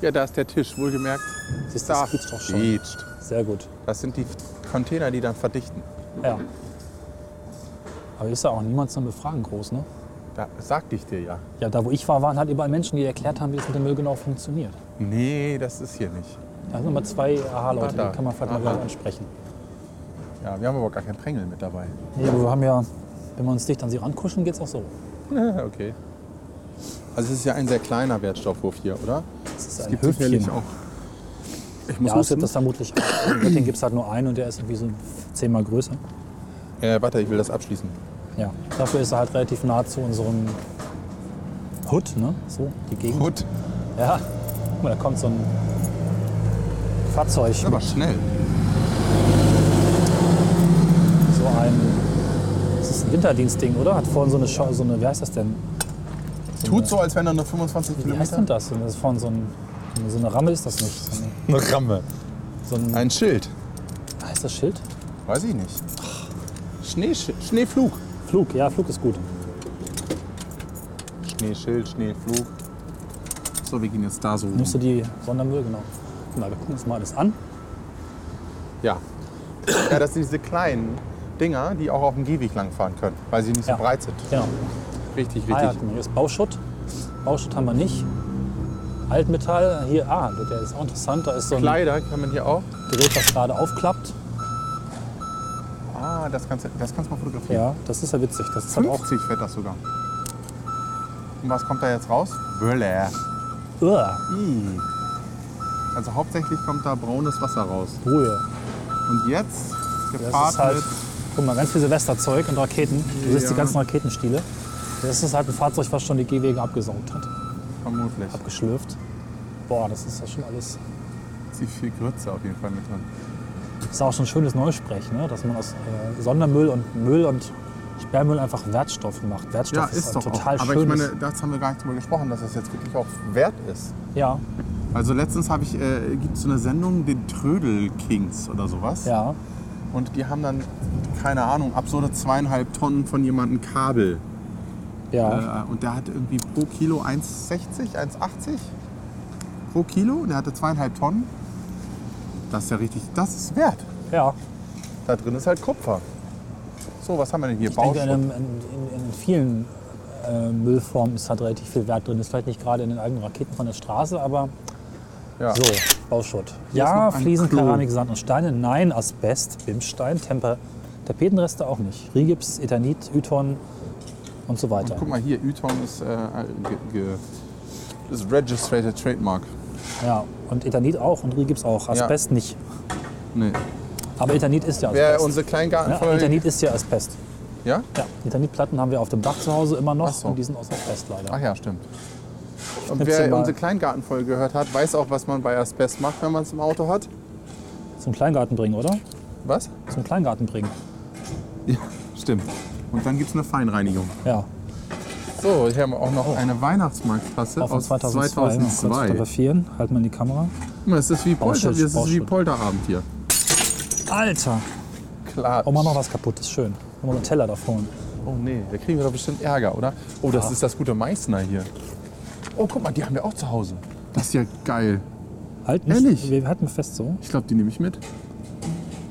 Speaker 2: Ja, da ist der Tisch, wohlgemerkt.
Speaker 3: Siehst du,
Speaker 2: Da
Speaker 3: das quietscht doch schon.
Speaker 2: quietscht.
Speaker 3: Sehr gut.
Speaker 2: Das sind die Container, die dann verdichten.
Speaker 3: Ja. Aber ist ja auch niemand zum Befragen groß, ne?
Speaker 2: Da sagte ich dir ja.
Speaker 3: Ja, da wo ich war, waren halt überall Menschen, die erklärt haben, wie es mit dem Müll genau funktioniert.
Speaker 2: Nee, das ist hier nicht.
Speaker 3: Da sind nochmal zwei Aha-Leute,
Speaker 2: Ah, da.
Speaker 3: die kann man vielleicht mal
Speaker 2: Aha.
Speaker 3: gleich ansprechen.
Speaker 2: Ja, wir haben aber gar keinen Prängel mit dabei.
Speaker 3: Nee, aber wir haben ja, wenn wir uns dicht an sie rankuschen, geht's auch so.
Speaker 2: okay. Also es ist ja ein sehr kleiner Wertstoffwurf hier, oder?
Speaker 3: Das ist
Speaker 2: Es
Speaker 3: ein
Speaker 2: gibt
Speaker 3: Höfchen.
Speaker 2: sicherlich auch. Ich muss
Speaker 3: Ja, es
Speaker 2: husten.
Speaker 3: gibt das vermutlich auch. In Göttingen gibt's halt nur einen und der ist irgendwie so zehnmal größer.
Speaker 2: Äh, warte, ich will das abschließen.
Speaker 3: Ja, dafür ist er halt relativ nah zu unserem Hut, ne? So, die Gegend.
Speaker 2: Gut,
Speaker 3: Ja, guck mal, da kommt so ein Fahrzeug,
Speaker 2: aber schnell.
Speaker 3: so ein. Das ist ein Winterdienstding, oder? Hat vorhin so eine, Scho- so eine wie heißt das denn?
Speaker 2: Tut so, als wären da nur 25
Speaker 3: Wie heißt
Speaker 2: Kilometer.
Speaker 3: denn das? Das ist vorhin so, ein, so eine Ramme ist das nicht. So ein,
Speaker 2: Eine Ramme.
Speaker 3: so ein,
Speaker 2: Ein Schild.
Speaker 3: heißt das Schild?
Speaker 2: Weiß ich nicht. Schneeschild, Schneeflug.
Speaker 3: Flug, ja, Flug ist gut.
Speaker 2: Schneeschild, Schneeflug. So, wir gehen jetzt da so rum.
Speaker 3: Nimmst du die Sondermüll, genau. Guck mal, wir gucken uns mal alles an.
Speaker 2: Ja. ja, das sind diese kleinen Dinger, die auch auf dem Gehweg langfahren können, weil sie nicht so
Speaker 3: Ja.
Speaker 2: breit sind.
Speaker 3: Genau.
Speaker 2: Richtig, richtig.
Speaker 3: Ah, ja, guck mal, hier ist Bauschutt. Bauschutt haben wir nicht. Altmetall, hier, ah, der ist auch interessant. Da ist so ein
Speaker 2: Kleider kann man hier auch.
Speaker 3: Gerät, was gerade aufklappt.
Speaker 2: Ah, das kannst du, das kannst du mal fotografieren.
Speaker 3: Ja, das ist ja witzig. Das ist halt auch.
Speaker 2: 50 fährt das sogar. Und was kommt da jetzt raus? Böller.
Speaker 3: Uah,
Speaker 2: Ih. Also hauptsächlich kommt da braunes Wasser raus.
Speaker 3: Ruhe.
Speaker 2: Und jetzt
Speaker 3: Das
Speaker 2: gepaart
Speaker 3: ist halt.
Speaker 2: mit
Speaker 3: Guck mal, ganz viel Silvesterzeug und Raketen. Du siehst die
Speaker 2: Ja.
Speaker 3: ganzen Raketenstiele. Das ist halt ein Fahrzeug, was schon die Gehwege abgesaugt hat,
Speaker 2: vermutlich.
Speaker 3: abgeschlürft. Boah, das ist ja schon alles.
Speaker 2: Sieht viel Grütze auf jeden Fall mit drin.
Speaker 3: Das ist auch schon ein schönes Neusprech, ne? dass man aus äh, Sondermüll und Müll und Sperrmüll einfach Wertstoffe macht. Wertstoff
Speaker 2: Ja,
Speaker 3: ist,
Speaker 2: ist
Speaker 3: ein
Speaker 2: doch
Speaker 3: total
Speaker 2: auch. Aber ich
Speaker 3: schönes.
Speaker 2: meine, das haben wir gar nicht drüber gesprochen, dass das jetzt wirklich auch wert ist.
Speaker 3: ja,
Speaker 2: Also letztens habe ich, äh, gibt es so eine Sendung, den Trödel Kings oder sowas.
Speaker 3: ja.
Speaker 2: Und die haben dann, keine Ahnung, absurde zweieinhalb Tonnen von jemandem Kabel.
Speaker 3: Ja,
Speaker 2: Äh, und der hat irgendwie pro Kilo 1,60, 1,80 pro Kilo. Und der hatte zweieinhalb Tonnen. Das ist ja richtig, das ist wert.
Speaker 3: ja.
Speaker 2: Da drin ist halt Kupfer. So, was haben wir denn hier?
Speaker 3: Ich denke, in,
Speaker 2: Bauschutt.
Speaker 3: einem, in, in, in vielen äh, Müllformen ist halt relativ viel Wert drin. Ist vielleicht nicht gerade in den eigenen Raketen von der Straße, aber
Speaker 2: Ja.
Speaker 3: so, Bauschutt.
Speaker 2: noch
Speaker 3: ja,
Speaker 2: ein
Speaker 3: Fliesen,
Speaker 2: Klo.
Speaker 3: Keramik, Sand und Steine. Nein, Asbest, Bimsstein, Temper, Tapetenreste auch nicht. Rigips, Ethanit, Yton und so weiter.
Speaker 2: Guck mal hier, Yton ist, äh, ge, ge, ist Registrated Trademark.
Speaker 3: Ja, und Ethanit auch und Rigips auch. Asbest nicht.
Speaker 2: Nee.
Speaker 3: Aber Ethanit ist ja
Speaker 2: Wäre
Speaker 3: Asbest.
Speaker 2: unsere
Speaker 3: ja,
Speaker 2: Kleingartenfolge.
Speaker 3: Ethanit ist ja Asbest.
Speaker 2: ja?
Speaker 3: Ja, Ethanitplatten haben wir auf dem Dach zu Hause immer noch
Speaker 2: Ach so.
Speaker 3: und die sind aus Asbest leider.
Speaker 2: Ach ja, stimmt. Und
Speaker 3: Schnipsel
Speaker 2: wer
Speaker 3: mal.
Speaker 2: unsere Kleingartenfolge gehört hat, weiß auch, was man bei Asbest macht, wenn man es im Auto hat.
Speaker 3: Zum Kleingarten bringen, oder?
Speaker 2: Was?
Speaker 3: Zum Kleingarten bringen.
Speaker 2: Ja, stimmt. Und dann gibt es eine Feinreinigung.
Speaker 3: Ja,
Speaker 2: So, hier haben wir auch noch eine Weihnachtsmarktkasse
Speaker 3: Oh. auch von
Speaker 2: aus
Speaker 3: 2002.
Speaker 2: 2002.
Speaker 3: Mal kurz fotografieren. Halt mal in die Kamera.
Speaker 2: Guck mal, das ist wie, Polter,
Speaker 3: Bauschutt,
Speaker 2: das ist wie
Speaker 3: Bauschutt.
Speaker 2: Polterabend hier.
Speaker 3: Alter!
Speaker 2: Klar.
Speaker 3: Oh, mal noch was kaputt, ist schön. Haben wir einen Teller davon.
Speaker 2: Oh nee, da kriegen wir doch bestimmt Ärger, oder? Oh, das ist das gute Meißner hier. Oh, guck mal, die haben wir auch zu Hause. Das ist ja geil.
Speaker 3: Halt nicht.
Speaker 2: Ehrlich?
Speaker 3: Wir halten mal fest so.
Speaker 2: Ich glaube, die nehme ich mit.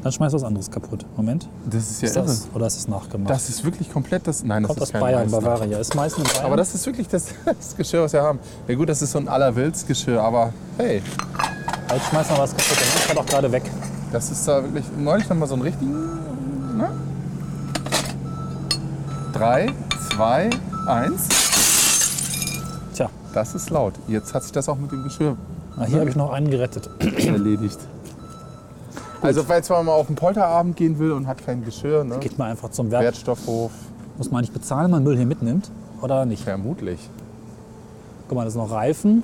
Speaker 3: Dann schmeißt du was anderes kaputt. Moment.
Speaker 2: Das ist ja
Speaker 3: Ist
Speaker 2: irre.
Speaker 3: das, oder ist es nachgemacht?
Speaker 2: Das ist wirklich komplett das. Nein, das
Speaker 3: Kommt
Speaker 2: ist
Speaker 3: aus
Speaker 2: kein
Speaker 3: Bayern,
Speaker 2: Meißner.
Speaker 3: Bavaria. Ist meistens in Bayern.
Speaker 2: Aber das ist wirklich das, das Geschirr, was wir haben. Ja gut, das ist so ein Allerwilds-Geschirr, aber hey,
Speaker 3: halt schmeißt mal was kaputt. Dann ist halt auch gerade weg.
Speaker 2: das ist da wirklich neulich nochmal so einen richtigen. Ne? Drei, zwei, eins.
Speaker 3: Tja,
Speaker 2: Das ist laut. Jetzt hat sich das auch mit dem Geschirr
Speaker 3: na, hier habe ich noch einen gerettet.
Speaker 2: erledigt. Also falls man mal auf einen Polterabend gehen will und hat kein Geschirr, ne?
Speaker 3: Geht mal einfach zum Wert.
Speaker 2: Wertstoffhof,
Speaker 3: Muss man nicht bezahlen, wenn man Müll hier mitnimmt? Oder nicht?
Speaker 2: vermutlich.
Speaker 3: Guck mal, das sind noch Reifen.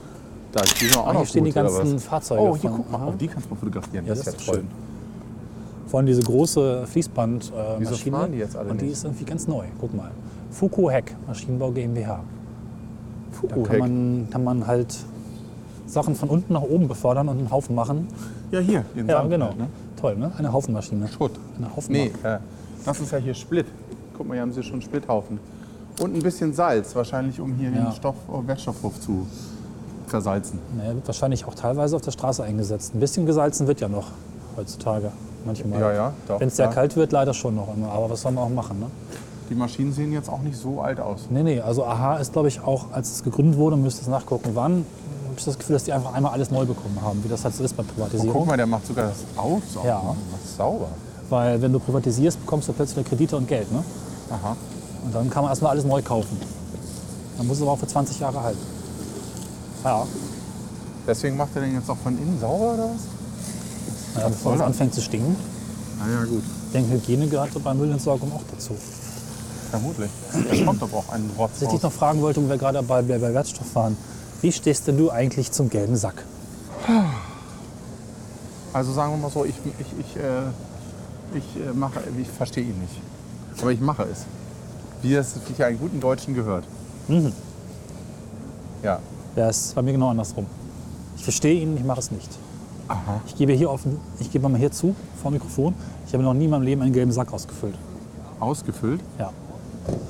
Speaker 2: Da sind wir auch
Speaker 3: Ah, hier
Speaker 2: noch
Speaker 3: stehen die
Speaker 2: gut, oder
Speaker 3: ganzen
Speaker 2: was?
Speaker 3: Fahrzeuge.
Speaker 2: Oh, hier
Speaker 3: von,
Speaker 2: guck mal,
Speaker 3: Aha.
Speaker 2: oh, die kannst du fotografieren.
Speaker 3: Ja,
Speaker 2: das,
Speaker 3: das
Speaker 2: ist
Speaker 3: ist
Speaker 2: ja toll.
Speaker 3: schön. Vor allem diese große Fließbandmaschine. Äh,
Speaker 2: Wieso
Speaker 3: Maschine.
Speaker 2: fahren die jetzt alle
Speaker 3: Und die
Speaker 2: nicht?
Speaker 3: ist irgendwie ganz neu. Guck mal. Fuku Heck, Maschinenbau GmbH. Da
Speaker 2: Oh,
Speaker 3: kann
Speaker 2: Heck.
Speaker 3: man, kann man halt Sachen von unten nach oben befördern und einen Haufen machen.
Speaker 2: ja, hier. Den
Speaker 3: Ja,
Speaker 2: Sand
Speaker 3: genau.
Speaker 2: halt, ne?
Speaker 3: Toll, ne? Eine Haufenmaschine.
Speaker 2: Schutt.
Speaker 3: Eine Haufenmaschine.
Speaker 2: Nee, äh, das ist ja hier Split. Guck mal, hier haben sie schon Splithaufen. Und ein bisschen Salz, wahrscheinlich um hier
Speaker 3: Ja.
Speaker 2: den Stoff, oh, Wertstoffhof zu versalzen.
Speaker 3: Naja, wird wahrscheinlich auch teilweise auf der Straße eingesetzt. Ein bisschen gesalzen wird ja noch heutzutage. Manchmal.
Speaker 2: Ja, ja, doch,
Speaker 3: Wenn es sehr
Speaker 2: klar.
Speaker 3: kalt wird, leider schon noch immer. Aber was soll man auch machen, ne?
Speaker 2: Die Maschinen sehen jetzt auch nicht so alt aus.
Speaker 3: Nee, nee, also AHA ist, glaube ich, auch, als es gegründet wurde, müsst ihr es nachgucken, wann, habe ich das Gefühl, dass die einfach einmal alles neu bekommen haben, wie das halt so ist bei
Speaker 2: Oh,
Speaker 3: Privatisierung.
Speaker 2: guck mal, der macht sogar das aus.
Speaker 3: Ja.
Speaker 2: Das ist sauber.
Speaker 3: Weil wenn du privatisierst, bekommst du plötzlich Kredite und Geld. Ne?
Speaker 2: Aha.
Speaker 3: Und dann kann man erstmal alles neu kaufen. Dann muss es aber auch für 20 Jahre halten. Ja,
Speaker 2: Deswegen macht er den jetzt auch von innen sauber oder was?
Speaker 3: naja, bevor es
Speaker 2: voll.
Speaker 3: anfängt zu stinken,
Speaker 2: Ah ja, gut.
Speaker 3: denke Hygiene gehört bei Müllentsorgung auch dazu.
Speaker 2: Vermutlich. Es kommt aber auch ein Rotz
Speaker 3: Was ich dich
Speaker 2: raus.
Speaker 3: noch fragen wollte, wo wir gerade bei, bei bei Wertstoff waren, wie stehst denn du eigentlich zum gelben Sack?
Speaker 2: Also sagen wir mal so, ich, ich, ich, äh, ich, äh, mache, ich verstehe ihn nicht. Aber ich mache es. Wie das sich einen guten Deutschen gehört.
Speaker 3: Mhm.
Speaker 2: Ja.
Speaker 3: Ja, es ist bei mir genau andersrum. Ich verstehe ihn, ich mache es nicht.
Speaker 2: Aha.
Speaker 3: Ich gebe hier offen, ich gebe mal hier zu, vor dem Mikrofon. Ich habe noch nie in meinem Leben einen gelben Sack ausgefüllt.
Speaker 2: Ausgefüllt.
Speaker 3: Ja.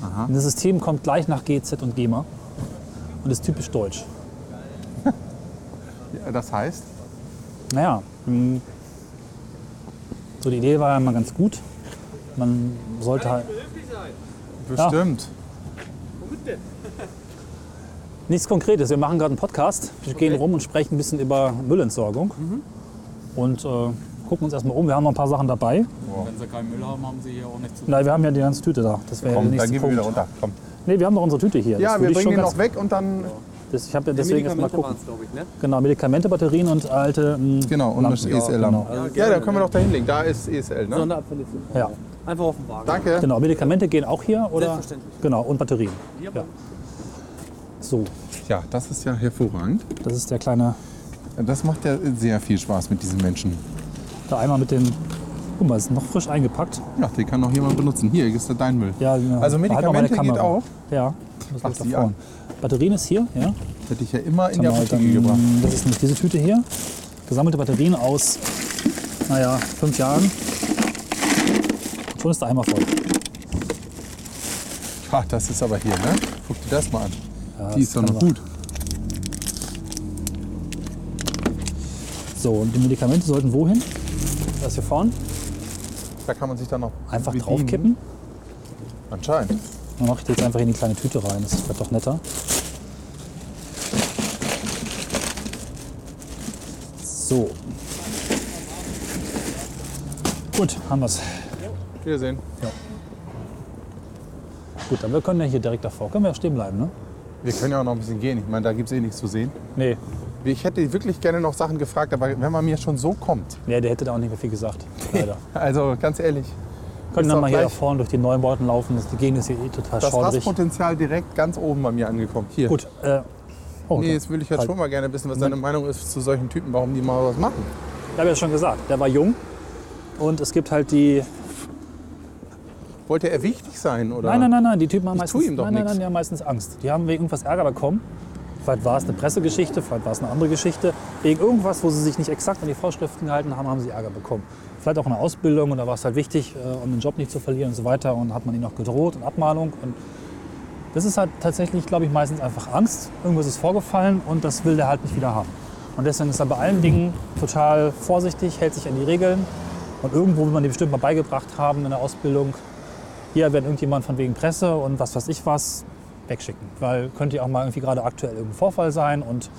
Speaker 2: Aha.
Speaker 3: Und das System kommt gleich nach GZ und GEMA und ist typisch deutsch.
Speaker 2: Ja, Das heißt,
Speaker 3: Naja, mh, so die Idee war ja mal ganz gut. Man sollte halt.
Speaker 2: bestimmt.
Speaker 3: Nichts Konkretes. Wir machen gerade einen Podcast. Wir gehen rum und sprechen ein bisschen über Müllentsorgung.
Speaker 2: Mhm.
Speaker 3: Und äh, gucken uns erstmal um. Wir haben noch ein paar Sachen dabei.
Speaker 4: Wenn sie keinen Müll haben, haben sie hier auch nichts zu
Speaker 3: Nein, wir haben ja die ganze Tüte da. Das wäre ja der
Speaker 2: Komm, dann
Speaker 3: nächste
Speaker 2: gehen wir wieder
Speaker 3: Punkt.
Speaker 2: runter. Komm.
Speaker 3: Nee, wir haben noch unsere Tüte hier.
Speaker 2: Ja,
Speaker 3: Das
Speaker 2: wir
Speaker 3: würde ich
Speaker 2: bringen
Speaker 3: schon
Speaker 2: den
Speaker 3: ganz-
Speaker 2: noch weg und dann.
Speaker 3: Das, ich habe ja deswegen erstmal gucken.
Speaker 4: glaube ich, ne?
Speaker 3: Genau, Medikamente, Batterien und alte. mm, mh,
Speaker 2: Genau, und das
Speaker 3: Lampen.
Speaker 2: ESL
Speaker 3: Ja,
Speaker 2: haben.
Speaker 3: genau.
Speaker 4: Also
Speaker 2: Ja,
Speaker 4: gerne,
Speaker 2: da können wir doch da hinlegen. Da ist ESL, ne?
Speaker 4: Sonderabfälle sind
Speaker 3: Ja.
Speaker 4: Einfach auf den Wagen.
Speaker 2: Danke.
Speaker 3: Genau, Medikamente gehen auch hier, oder?
Speaker 4: Selbstverständlich.
Speaker 3: Genau, und Batterien.
Speaker 4: Ja.
Speaker 3: Ja. So,
Speaker 2: Ja, das ist ja hervorragend.
Speaker 3: das ist der kleine
Speaker 2: Das macht ja sehr viel Spaß mit diesen Menschen.
Speaker 3: der Eimer mit den. Guck mal, ist noch frisch eingepackt.
Speaker 2: Ja, den kann auch jemand benutzen. Hier, ist der dein Müll.
Speaker 3: Ja, genau.
Speaker 2: Also
Speaker 3: Da hat
Speaker 2: Medikamente
Speaker 3: man meine
Speaker 2: geht
Speaker 3: Kamera.
Speaker 2: auch.
Speaker 3: Ja, das
Speaker 2: Ach,
Speaker 3: liegt da
Speaker 2: die
Speaker 3: vorne. Batterien ist hier, ja.
Speaker 2: Hätte ich ja immer in
Speaker 3: Dann
Speaker 2: der
Speaker 3: mal
Speaker 2: Apotheke
Speaker 3: dann-
Speaker 2: gebracht.
Speaker 3: Das ist nicht diese Tüte hier. Gesammelte Batterien aus, naja, fünf Jahren. Und schon ist der Eimer voll.
Speaker 2: Ach, das ist aber hier, ne? Guck dir das mal an. Die ist doch
Speaker 3: kann
Speaker 2: noch
Speaker 3: sein.
Speaker 2: gut.
Speaker 3: So, und die Medikamente sollten wohin? Das hier vorne.
Speaker 2: Da kann man sich dann noch
Speaker 3: Einfach
Speaker 2: bedienen.
Speaker 3: draufkippen.
Speaker 2: Anscheinend.
Speaker 3: Dann mache ich die jetzt einfach in die kleine Tüte rein. Das wird doch netter. So. Gut, haben wir's.
Speaker 2: Wiedersehen.
Speaker 3: Gut, dann wir können ja hier direkt davor. Können wir ja stehen bleiben, ne?
Speaker 2: Wir können ja auch noch ein bisschen gehen. Ich meine, da gibt es eh nichts zu sehen.
Speaker 3: Nee.
Speaker 2: Ich hätte wirklich gerne noch Sachen gefragt, aber wenn man mir schon so kommt.
Speaker 3: Nee, der hätte da auch nicht mehr viel gesagt. Leider.
Speaker 2: Also ganz ehrlich,
Speaker 3: können
Speaker 2: Ist
Speaker 3: dann
Speaker 2: doch
Speaker 3: mal hier da
Speaker 2: gleich-
Speaker 3: vorne durch die Neubauten laufen. Das, die Gegend ist hier eh total
Speaker 2: das
Speaker 3: schaudrig.
Speaker 2: Hasspotenzial direkt ganz oben bei mir angekommen. Hier.
Speaker 3: Gut, äh, oh,
Speaker 2: Nee, jetzt will ich jetzt schon mal gerne wissen, was deine Meinung ist zu solchen Typen, warum die mal was machen.
Speaker 3: Ich habe ja schon gesagt, der war jung. Und es gibt halt die.
Speaker 2: Wollte er wichtig sein oder?
Speaker 3: Nein, nein, nein, nein, die Typen haben
Speaker 2: Ich
Speaker 3: meistens,
Speaker 2: tue ihm doch
Speaker 3: nein, nein,
Speaker 2: nichts.
Speaker 3: nein, die haben meistens Angst. Die haben wegen irgendwas Ärger bekommen. Vielleicht war es eine Pressegeschichte, vielleicht war es eine andere Geschichte. Wegen irgendwas, wo sie sich nicht exakt an die Vorschriften gehalten haben, haben sie Ärger bekommen. Vielleicht auch eine Ausbildung und da war es halt wichtig, äh, um den Job nicht zu verlieren und so weiter. Und hat man ihnen auch gedroht und Abmahnung. Und das ist halt tatsächlich, glaube ich, meistens einfach Angst. Irgendwas ist vorgefallen und das will der halt nicht wieder haben. Und deswegen ist er bei allen Dingen total vorsichtig, hält sich an die Regeln. Und irgendwo will man die bestimmt mal beigebracht haben in der Ausbildung, hier, wenn irgendjemand von wegen Presse und was weiß ich was, wegschicken. Weil könnte ja auch mal irgendwie gerade aktuell irgendein Vorfall sein und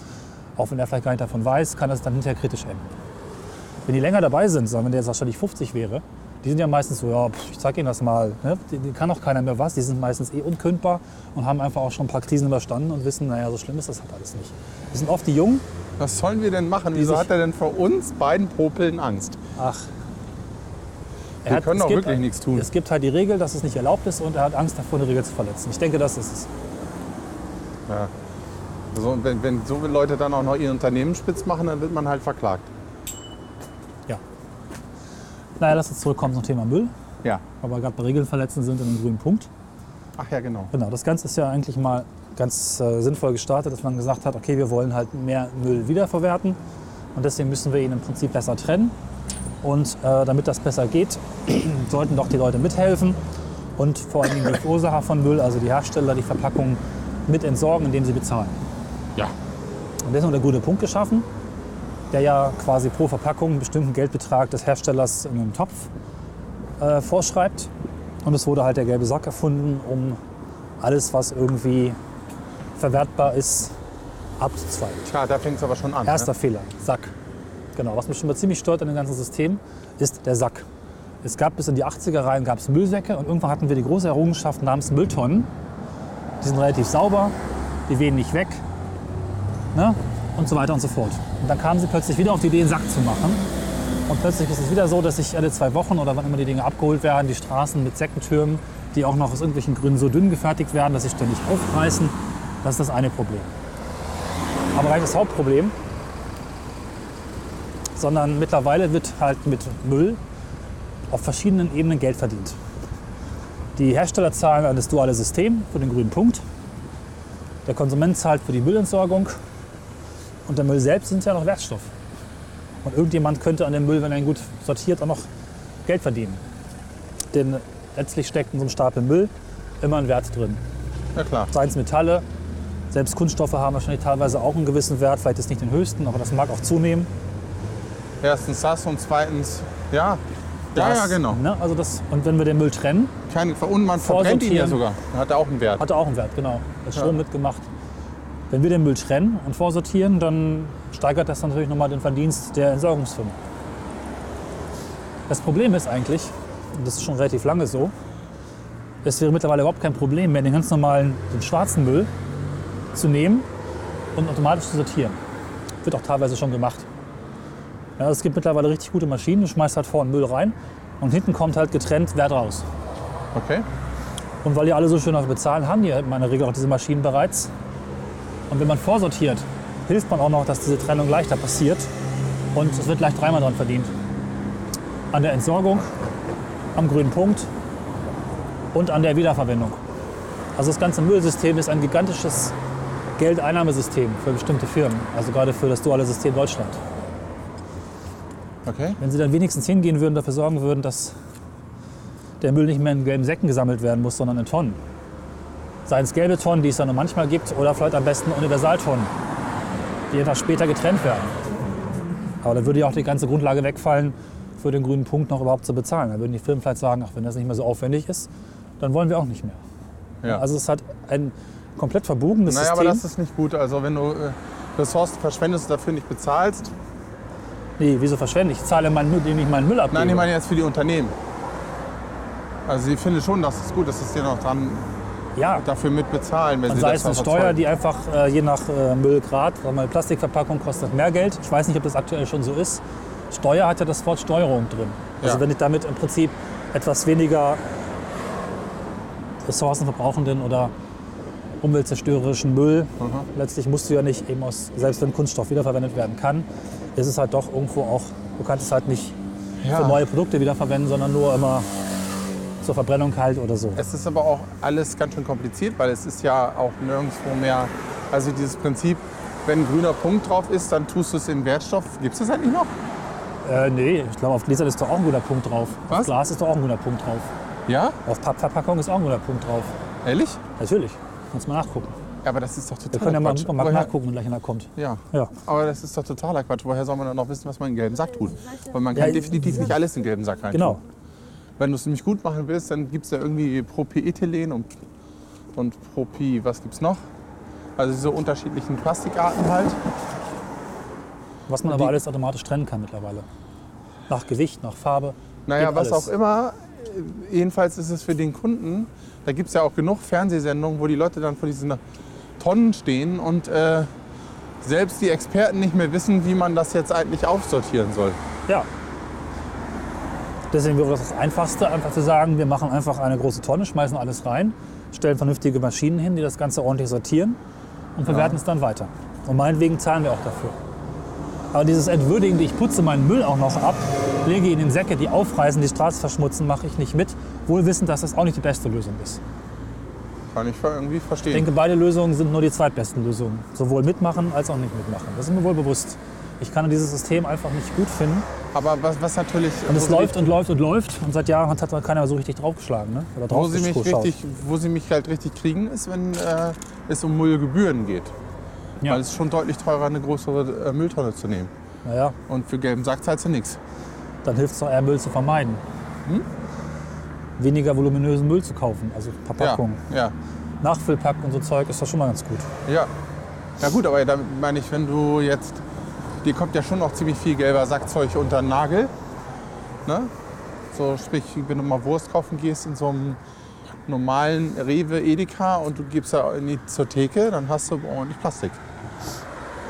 Speaker 3: auch wenn er vielleicht gar nicht davon weiß, kann das dann hinterher kritisch enden. Wenn die länger dabei sind, sagen wir, wenn der jetzt wahrscheinlich 50 wäre, die sind ja meistens so, ja, pf, ich zeig ihnen das mal. Ne? Die, die kann auch keiner mehr was. Die sind meistens eh unkündbar und haben einfach auch schon ein paar Krisen überstanden und wissen, naja, so schlimm ist das halt alles nicht. Das sind oft die Jungen.
Speaker 2: Was sollen wir denn machen?
Speaker 3: Die
Speaker 2: Wieso
Speaker 3: sich-
Speaker 2: hat er denn vor uns beiden Popeln Angst?
Speaker 3: Ach. Er
Speaker 2: Wir
Speaker 3: hat-
Speaker 2: können
Speaker 3: es
Speaker 2: doch
Speaker 3: gibt-
Speaker 2: wirklich nichts tun.
Speaker 3: Es gibt halt die Regel, dass es nicht erlaubt ist und er hat Angst davor, eine Regel zu verletzen. Ich denke, das ist es.
Speaker 2: So, und wenn, wenn so viele Leute dann auch noch ihr Unternehmen spitz machen, dann wird man halt verklagt.
Speaker 3: Ja. Naja, lass uns zurückkommen zum Thema Müll,
Speaker 2: Ja.
Speaker 3: weil wir gerade bei Regeln verletzen sind in einem grünen Punkt.
Speaker 2: Ach ja, genau.
Speaker 3: Genau, das Ganze ist ja eigentlich mal ganz äh, sinnvoll gestartet, dass man gesagt hat, okay, wir wollen halt mehr Müll wiederverwerten und deswegen müssen wir ihn im Prinzip besser trennen. Und äh, damit das besser geht, sollten doch die Leute mithelfen und vor allen Dingen die Verursacher von Müll, also die Hersteller, die Verpackungen mit entsorgen, indem sie bezahlen.
Speaker 2: Ja.
Speaker 3: Und deswegen wurde der gute Punkt geschaffen, der ja quasi pro Verpackung einen bestimmten Geldbetrag des Herstellers in einem Topf äh, vorschreibt. Und es wurde halt der gelbe Sack erfunden, um alles, was irgendwie verwertbar ist, abzuzweigen.
Speaker 2: Klar, da fängt es aber schon an. ne?
Speaker 3: Erster Fehler, Sack. Genau, was mich schon mal ziemlich stört an dem ganzen System, ist der Sack. Es gab bis in die 80er rein gab's Müllsäcke und irgendwann hatten wir die große Errungenschaft namens Mülltonnen. Die sind relativ sauber, die wehen nicht weg ne? und so weiter und so fort. Und dann kamen sie plötzlich wieder auf die Idee, einen Sack zu machen. Und plötzlich ist es wieder so, dass sich alle zwei Wochen oder wann immer die Dinge abgeholt werden, die Straßen mit Säckentürmen, die auch noch aus irgendwelchen Gründen so dünn gefertigt werden, dass sie ständig aufreißen. Das ist das eine Problem. Aber gar nicht das Hauptproblem, sondern mittlerweile wird halt mit Müll auf verschiedenen Ebenen Geld verdient. Die Hersteller zahlen an das duale System für den grünen Punkt. Der Konsument zahlt für die Müllentsorgung. Und der Müll selbst sind ja noch Wertstoff. Und irgendjemand könnte an dem Müll, wenn er ihn gut sortiert, auch noch Geld verdienen. Denn letztlich steckt in so einem Stapel Müll immer ein Wert drin.
Speaker 2: Ja, klar.
Speaker 3: Seien es Metalle, selbst Kunststoffe haben wahrscheinlich teilweise auch einen gewissen Wert, vielleicht ist nicht den höchsten, aber das mag auch zunehmen.
Speaker 2: Erstens das und zweitens, ja. Ja, ja,
Speaker 3: Das,
Speaker 2: genau.
Speaker 3: Ne? Also das, und wenn wir den Müll trennen,
Speaker 2: Keine, und man verbrennt ihn ja
Speaker 3: Vorsortieren.
Speaker 2: sogar. Hat er auch einen Wert.
Speaker 3: hat er auch einen Wert, genau. Das ist
Speaker 2: Ja.
Speaker 3: schon mitgemacht. Wenn wir den Müll trennen und vorsortieren, dann steigert das natürlich nochmal den Verdienst der Entsorgungsfirmen. Das Problem ist eigentlich, und das ist schon relativ lange so, es wäre mittlerweile überhaupt kein Problem mehr, den ganz normalen, den schwarzen Müll zu nehmen und automatisch zu sortieren. Wird auch teilweise schon gemacht. Ja, es gibt mittlerweile richtig gute Maschinen, du schmeißt halt vorne Müll rein und hinten kommt halt getrennt Wert raus.
Speaker 2: Okay.
Speaker 3: Und weil die alle so schön dafür bezahlen, haben die in meiner Regel auch diese Maschinen bereits. Und wenn man vorsortiert, hilft man auch noch, dass diese Trennung leichter passiert. Und es wird gleich dreimal dran verdient. An der Entsorgung, am grünen Punkt und an der Wiederverwendung. Also das ganze Müllsystem ist ein gigantisches Geldeinnahmesystem für bestimmte Firmen. Also gerade für das duale System Deutschland.
Speaker 2: Okay.
Speaker 3: Wenn sie dann wenigstens hingehen würden, dafür sorgen würden, dass der Müll nicht mehr in gelben Säcken gesammelt werden muss, sondern in Tonnen. Seien es gelbe Tonnen, die es dann nur manchmal gibt, oder vielleicht am besten Universaltonnen, die etwas später getrennt werden. Aber dann würde ja auch die ganze Grundlage wegfallen, für den grünen Punkt noch überhaupt zu bezahlen. Dann würden die Firmen vielleicht sagen, ach, wenn das nicht mehr so aufwendig ist, dann wollen wir auch nicht mehr.
Speaker 2: Ja.
Speaker 3: Also es hat ein komplett verbogenes
Speaker 2: naja, aber
Speaker 3: System.
Speaker 2: das ist nicht gut. Also wenn du äh, Ressourcen verschwendest, dafür nicht bezahlst.
Speaker 3: nee, wieso verschwende ich? Ich zahle meinen Müll, den ich meinen Müll abgebe.
Speaker 2: Nein, ich meine jetzt für die Unternehmen. Also ich finde schon, dass es gut ist, dass sie noch dran
Speaker 3: ja,
Speaker 2: dafür mitbezahlen, wenn
Speaker 3: Und
Speaker 2: sie
Speaker 3: sei
Speaker 2: das
Speaker 3: es eine
Speaker 2: noch
Speaker 3: Steuer,
Speaker 2: erzeugen.
Speaker 3: die einfach äh, je nach äh, Müllgrad, sagen wir mal, Plastikverpackung kostet mehr Geld. Ich weiß nicht, ob das aktuell schon so ist. Steuer hat ja das Wort Steuerung drin. Also
Speaker 2: Ja.
Speaker 3: wenn ich damit im Prinzip etwas weniger ressourcenverbrauchenden oder umweltzerstörerischen Müll,
Speaker 2: Mhm.
Speaker 3: letztlich musst du ja nicht eben aus, selbst wenn Kunststoff wiederverwendet werden kann, ist es halt doch irgendwo auch, du kannst es halt nicht für
Speaker 2: ja.
Speaker 3: neue Produkte wiederverwenden, sondern nur immer zur Verbrennung halt oder so.
Speaker 2: Es ist aber auch alles ganz schön kompliziert, weil es ist ja auch nirgendwo mehr. Also dieses Prinzip, wenn ein grüner Punkt drauf ist, dann tust du es in Wertstoff. Gibt es das eigentlich noch?
Speaker 3: Äh, nee, ich glaube, auf Gläsern ist doch auch ein guter Punkt drauf.
Speaker 2: Was?
Speaker 3: Auf Glas ist doch auch ein guter Punkt drauf.
Speaker 2: Ja?
Speaker 3: Auf Pappverpackung ist auch ein guter Punkt drauf.
Speaker 2: Ehrlich?
Speaker 3: Natürlich. Kannst mal nachgucken.
Speaker 2: Ja, aber das ist doch total
Speaker 3: Wir können ja mal im
Speaker 2: Quatsch.
Speaker 3: Supermarkt
Speaker 2: Woher-
Speaker 3: nachgucken, wenn gleich einer kommt.
Speaker 2: Ja.
Speaker 3: Ja.
Speaker 2: Aber das ist doch totaler Quatsch. Woher soll man dann noch wissen, was man in den gelben Sack tut? Weil man
Speaker 3: Ja,
Speaker 2: kann definitiv nicht alles in den gelben Sack rein.
Speaker 3: Genau.
Speaker 2: Wenn du es nämlich gut machen willst, dann gibt es da irgendwie Propiethylen und, und Propi, was gibt's noch? Also diese unterschiedlichen Plastikarten halt.
Speaker 3: Was man aber alles automatisch trennen kann mittlerweile. Nach Gewicht, nach Farbe.
Speaker 2: Naja,
Speaker 3: Geht
Speaker 2: was
Speaker 3: alles.
Speaker 2: auch immer. Äh, Jedenfalls ist es für den Kunden, da gibt es ja auch genug Fernsehsendungen, wo die Leute dann vor diesen Tonnen stehen und äh, selbst die Experten nicht mehr wissen, wie man das jetzt eigentlich aufsortieren soll.
Speaker 3: Ja. Deswegen wäre das Einfachste, einfach zu sagen, wir machen einfach eine große Tonne, schmeißen alles rein, stellen vernünftige Maschinen hin, die das Ganze ordentlich sortieren und verwerten es dann weiter. Und meinetwegen zahlen wir auch dafür. Aber dieses Entwürdigen, ich putze meinen Müll auch noch ab, lege ihn in Säcke, die aufreißen, die Straße verschmutzen, mache ich nicht mit, wohl wissend, dass das auch nicht die beste Lösung ist.
Speaker 2: Kann ich irgendwie verstehen.
Speaker 3: Ich denke, beide Lösungen sind nur die zweitbesten Lösungen. Sowohl mitmachen als auch nicht mitmachen. Das ist mir wohl bewusst. Ich kann dieses System einfach nicht gut finden.
Speaker 2: Aber was, was natürlich.
Speaker 3: Und
Speaker 2: wo
Speaker 3: es
Speaker 2: sie-
Speaker 3: läuft und läuft und läuft. Und seit Jahren hat man keiner so richtig draufgeschlagen. Ne? Oder
Speaker 2: Wo sie, mich
Speaker 3: draufgeschaut.
Speaker 2: richtig, wo sie mich halt richtig kriegen, ist, wenn äh, es um Müllgebühren geht.
Speaker 3: Ja.
Speaker 2: Weil es ist schon deutlich teurer, eine größere äh, Mülltonne zu nehmen.
Speaker 3: Naja,
Speaker 2: Und für gelben Sack zahlst du nichts. Hm?
Speaker 3: dann hilft es doch eher, Müll zu vermeiden. weniger voluminösen Müll zu kaufen, also Verpackungen.
Speaker 2: Ja,
Speaker 3: Nachfüllpack und so Zeug ist doch schon mal ganz gut.
Speaker 2: ja, ja. Ja gut, aber damit meine ich, wenn du jetzt, dir kommt ja schon noch ziemlich viel gelber Sackzeug unter den Nagel. Ne? So sprich, wenn du mal Wurst kaufen gehst in so einem normalen Rewe Edeka und du gibst da in die zur Theke, dann hast du ordentlich Plastik.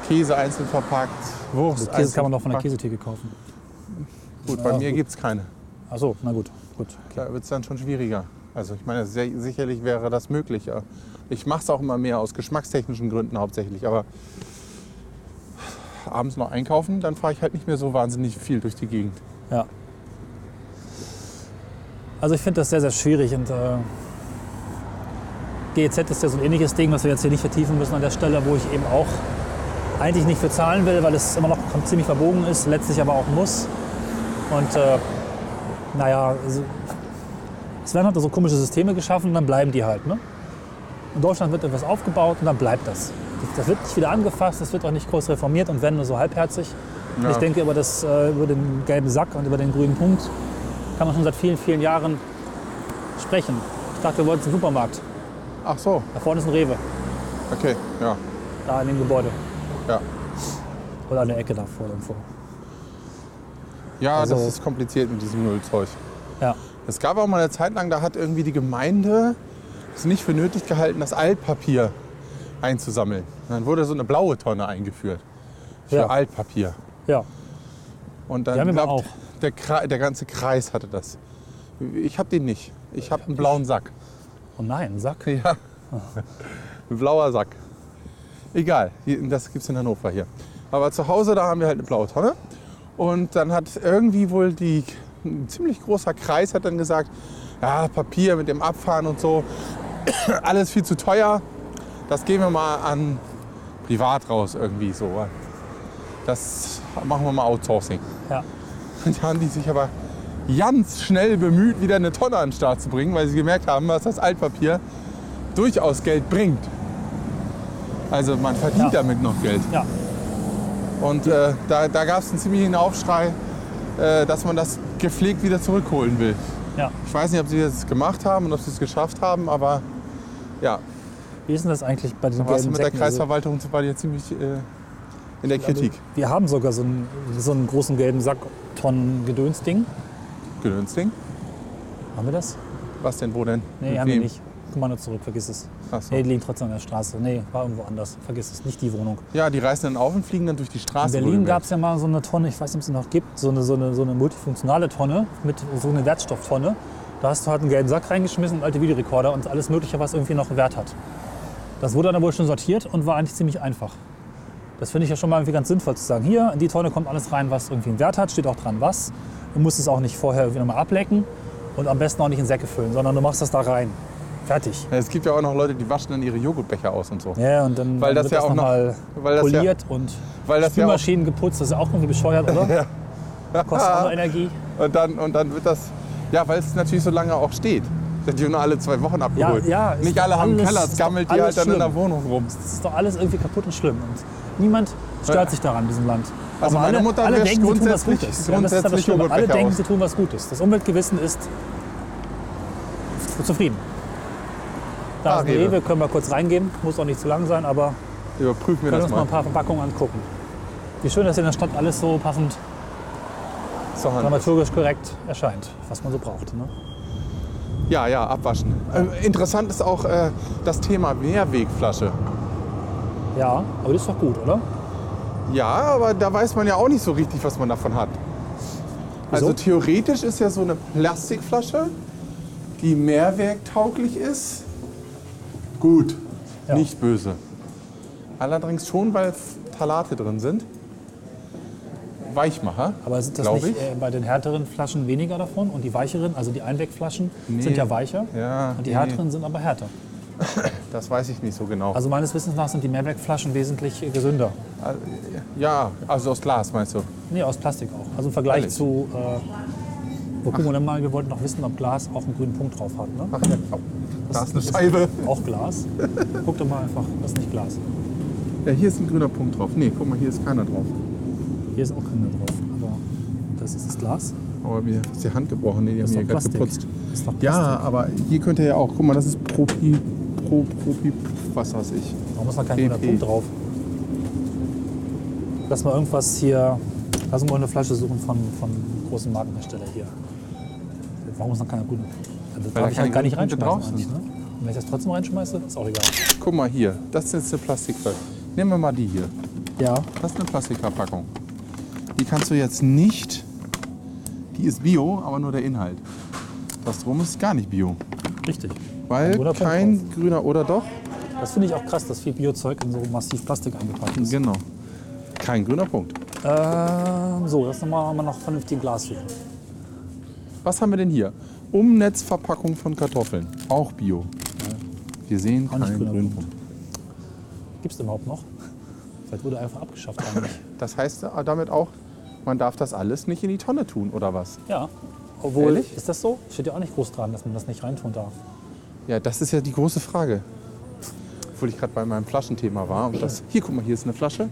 Speaker 2: Käse einzeln verpackt, Wurst
Speaker 3: Also Käse kann man doch von der Käsetheke kaufen.
Speaker 2: Käsetheke. Gut, bei
Speaker 3: Ja,
Speaker 2: mir
Speaker 3: gut.
Speaker 2: gibt es keine.
Speaker 3: Achso, na gut, gut.
Speaker 2: Da wird es dann schon schwieriger. Also ich meine, sehr, sicherlich wäre das möglich. ja. Ich mache es auch immer mehr aus geschmackstechnischen Gründen hauptsächlich. Aber abends noch einkaufen, dann fahre ich halt nicht mehr so wahnsinnig viel durch die Gegend.
Speaker 3: Ja. Also ich finde das sehr, sehr schwierig und äh, GEZ ist ja so ein ähnliches Ding, was wir jetzt hier nicht vertiefen müssen an der Stelle, wo ich eben auch eigentlich nicht für zahlen will, weil es immer noch ziemlich verbogen ist, letztlich aber auch muss. Und äh, naja, also, es werden halt so komische Systeme geschaffen und dann bleiben die halt. Ne? In Deutschland wird etwas aufgebaut und dann bleibt das. Das- Das wird nicht wieder angefasst, das wird auch nicht groß reformiert und wenn nur so halbherzig. Und
Speaker 2: Ja.
Speaker 3: Ich denke, über, das, äh, über den gelben Sack und über den grünen Punkt kann man schon seit vielen, vielen Jahren sprechen. Ich dachte, wir wollten zum Supermarkt.
Speaker 2: Ach so,
Speaker 3: Da vorne ist ein Rewe,
Speaker 2: okay, ja,
Speaker 3: da in dem Gebäude.
Speaker 2: ja.
Speaker 3: Oder an der Ecke da vorne irgendwo.
Speaker 2: Ja, das
Speaker 3: Also-
Speaker 2: ist kompliziert mit diesem Müllzeug.
Speaker 3: Ja.
Speaker 2: Es gab auch mal eine Zeit lang, da hat irgendwie die Gemeinde es nicht für nötig gehalten, das Altpapier einzusammeln. Und dann wurde so eine blaue Tonne eingeführt für
Speaker 3: Ja.
Speaker 2: Altpapier.
Speaker 3: ja.
Speaker 2: Und dann
Speaker 3: Die haben wir
Speaker 2: glaubt,
Speaker 3: auch.
Speaker 2: Der, Kre- der ganze Kreis hatte das. Ich habe den nicht. Ich habe einen blauen Sack.
Speaker 3: Oh nein, Sack.
Speaker 2: Ja. Ein blauer Sack. Egal, hier- das gibt es in Hannover hier. Aber zu Hause, da haben wir halt eine blaue Tonne. Und dann hat irgendwie wohl die, ein ziemlich großer Kreis hat dann gesagt, ja, Papier mit dem Abfahren und so, alles viel zu teuer. Das geben wir mal an privat raus irgendwie so. Das machen wir mal Outsourcing.
Speaker 3: Ja.
Speaker 2: Und da haben die sich aber ganz schnell bemüht, wieder eine Tonne an den Start zu bringen, weil sie gemerkt haben, dass das Altpapier durchaus Geld bringt. Also man verdient
Speaker 3: Ja.
Speaker 2: damit noch Geld.
Speaker 3: Ja.
Speaker 2: Und äh, da, da gab es einen ziemlichen Aufschrei, äh, dass man das gepflegt wieder zurückholen will.
Speaker 3: ja.
Speaker 2: Ich weiß nicht, ob sie das gemacht haben und ob sie es geschafft haben, aber ja,
Speaker 3: Wie ist denn das eigentlich bei den
Speaker 2: da warst du
Speaker 3: gelben
Speaker 2: mit der
Speaker 3: Säcken? Also,
Speaker 2: Kreisverwaltung bei dir ziemlich äh, in der Kritik
Speaker 3: Wir haben sogar so einen, so einen großen gelben Sack Tonnen Gedönsding.
Speaker 2: gedünstigt.
Speaker 3: Haben wir das?
Speaker 2: Was denn, wo denn?
Speaker 3: Nee,
Speaker 2: Mit
Speaker 3: haben wir
Speaker 2: wem?
Speaker 3: nicht. Komm mal nur zurück, vergiss es.
Speaker 2: Ach so.
Speaker 3: Nee, die liegen trotzdem an der Straße. Nee, war irgendwo anders. Vergiss es, nicht die Wohnung.
Speaker 2: Ja, die reißen dann auf und fliegen dann durch die
Speaker 3: In
Speaker 2: Straße.
Speaker 3: Berlin
Speaker 2: rüber.
Speaker 3: gab es ja mal so eine Tonne, ich weiß nicht, ob es sie noch gibt, so eine, so, eine, so eine multifunktionale Tonne mit so eine Wertstofftonne. Da hast du halt einen gelben Sack reingeschmissen und alte Videorekorder und alles Mögliche, was irgendwie noch Wert hat. Das wurde dann wohl schon sortiert und war eigentlich ziemlich einfach. Das finde ich ja schon mal irgendwie ganz sinnvoll zu sagen, hier in die Tonne kommt alles rein, was irgendwie einen Wert hat, steht auch dran was. Du musst es auch nicht vorher irgendwie nochmal ablecken und am besten auch nicht in Säcke füllen, sondern du machst das da rein. Fertig.
Speaker 2: Ja, Es gibt ja auch noch Leute, die waschen dann ihre Joghurtbecher aus und so.
Speaker 3: Ja, und dann,
Speaker 2: Weil
Speaker 3: dann
Speaker 2: das ja
Speaker 3: wird das
Speaker 2: auch noch-
Speaker 3: nochmal
Speaker 2: weil das ja-
Speaker 3: poliert und
Speaker 2: Weil das ja auch,
Speaker 3: Spülmaschinen geputzt, das ist auch irgendwie bescheuert, oder? Kostet auch noch Energie.
Speaker 2: und, dann, und dann wird das, ja, weil es natürlich so lange auch steht. Die werden nur alle zwei Wochen abgeholt.
Speaker 3: ja, ist
Speaker 2: Nicht
Speaker 3: doch
Speaker 2: alle haben einen
Speaker 3: alles-
Speaker 2: Keller, es
Speaker 3: ist doch
Speaker 2: gammelt die
Speaker 3: alles
Speaker 2: halt dann in
Speaker 3: schlimm.
Speaker 2: der Wohnung rum.
Speaker 3: Das ist doch alles irgendwie kaputt und schlimm. Und niemand stört sich daran in diesem Land.
Speaker 2: Also meine Mutter
Speaker 3: alle
Speaker 2: wäscht
Speaker 3: denken, sie tun was
Speaker 2: grundsätzlich-
Speaker 3: Gutes. Ja, das ist ja das
Speaker 2: grundsätzlich
Speaker 3: Schlimme. Alle
Speaker 2: Joghurtbecher
Speaker 3: denken,
Speaker 2: aus.
Speaker 3: sie tun was Gutes. Das Umweltgewissen ist zufrieden. Da
Speaker 2: Ah,
Speaker 3: ist eine
Speaker 2: Rewe.
Speaker 3: Rewe, können wir kurz reingehen. Muss auch nicht zu lang sein, aber
Speaker 2: Überprüfen wir
Speaker 3: können
Speaker 2: das
Speaker 3: uns mal
Speaker 2: mal
Speaker 3: ein paar Verpackungen angucken. Wie schön, dass in der Stadt alles so passend
Speaker 2: zur Hand.
Speaker 3: dramaturgisch korrekt erscheint, was man so braucht. Ne?
Speaker 2: Ja, ja, abwaschen. Äh, interessant ist auch äh, das Thema Mehrwegflasche.
Speaker 3: Ja, aber das ist doch gut, oder?
Speaker 2: Ja, aber da weiß man ja auch nicht so richtig, was man davon hat. Also
Speaker 3: Wieso?
Speaker 2: theoretisch ist ja so eine Plastikflasche, die mehrwerktauglich ist, gut,
Speaker 3: Ja.
Speaker 2: nicht böse. Allerdings schon, weil F- Phthalate drin sind. Weichmacher,
Speaker 3: Aber sind das
Speaker 2: glaub
Speaker 3: nicht äh, bei den härteren Flaschen weniger davon? Und die weicheren, also die Einwegflaschen, sind ja weicher.
Speaker 2: Ja,
Speaker 3: und die
Speaker 2: nee.
Speaker 3: härteren sind aber härter.
Speaker 2: Das weiß ich nicht so genau.
Speaker 3: Also meines Wissens nach sind die Mehrwegflaschen wesentlich äh, gesünder.
Speaker 2: ja, also aus Glas meinst du?
Speaker 3: Nee, aus Plastik auch. Also im Vergleich
Speaker 2: Ehrlich?
Speaker 3: zu. Äh, wo gucken wir denn mal? Wir wollten noch wissen, ob Glas auch einen grünen Punkt drauf hat. Ne?
Speaker 2: Ach, ja. oh, da ist eine Scheibe.
Speaker 3: Auch Glas. Guck doch mal einfach, das ist nicht Glas.
Speaker 2: Ja, hier ist ein grüner Punkt drauf. Nee, guck mal, hier ist keiner drauf.
Speaker 3: Hier ist auch keiner drauf. Aber das ist das Glas.
Speaker 2: Aber mir ist die Hand gebrochen, nee, die haben
Speaker 3: ist
Speaker 2: mir
Speaker 3: doch
Speaker 2: gerade
Speaker 3: Plastik.
Speaker 2: geputzt.
Speaker 3: Ist doch
Speaker 2: Ja, aber hier könnt ihr ja auch, guck mal, das ist Propi, Pro, Propi, was weiß ich.
Speaker 3: Warum ist da kein
Speaker 2: PP.
Speaker 3: roter Punkt drauf? Lass mal irgendwas hier. Lass uns mal eine Flasche suchen von, von großen Markenhersteller hier. Warum ist noch keiner grüne? Da
Speaker 2: da
Speaker 3: darf ich
Speaker 2: keine
Speaker 3: halt gar nicht
Speaker 2: grünen Punkte
Speaker 3: reinschmeißen.
Speaker 2: drauf
Speaker 3: Eigentlich, ne? Und wenn ich das trotzdem reinschmeiße, ist auch egal.
Speaker 2: Guck mal hier, das ist jetzt eine Plastikverpackung. Nehmen wir mal die hier.
Speaker 3: Ja.
Speaker 2: Das ist eine Plastikverpackung. Die kannst du jetzt nicht. Die ist bio, aber nur der Inhalt. Das drum ist gar nicht bio.
Speaker 3: Richtig.
Speaker 2: Weil
Speaker 3: Oder
Speaker 2: kein grüner oder doch?
Speaker 3: Das finde ich auch krass, dass viel Biozeug in so massiv Plastik eingepackt ist.
Speaker 2: Genau. Kein grüner Punkt.
Speaker 3: Ähm, so, lass nochmal mal noch vernünftig Glas suchen.
Speaker 2: Was haben wir denn hier? Umnetzverpackung von Kartoffeln. Auch bio. Wir sehen
Speaker 3: Auch nicht
Speaker 2: keinen
Speaker 3: grüner
Speaker 2: grünen
Speaker 3: Punkt.
Speaker 2: Punkt.
Speaker 3: Gibt es überhaupt noch? Vielleicht wurde einfach abgeschafft eigentlich.
Speaker 2: Das heißt äh, damit auch, man darf das alles nicht in die Tonne tun, oder was?
Speaker 3: Ja. Obwohl,
Speaker 2: Ehrlich?
Speaker 3: ist das so? Steht ja auch nicht groß dran, dass man das nicht reintun darf.
Speaker 2: Ja, das ist ja die große Frage. Obwohl ich gerade bei meinem Flaschenthema war. Und das, hier, guck mal, hier ist eine Flasche.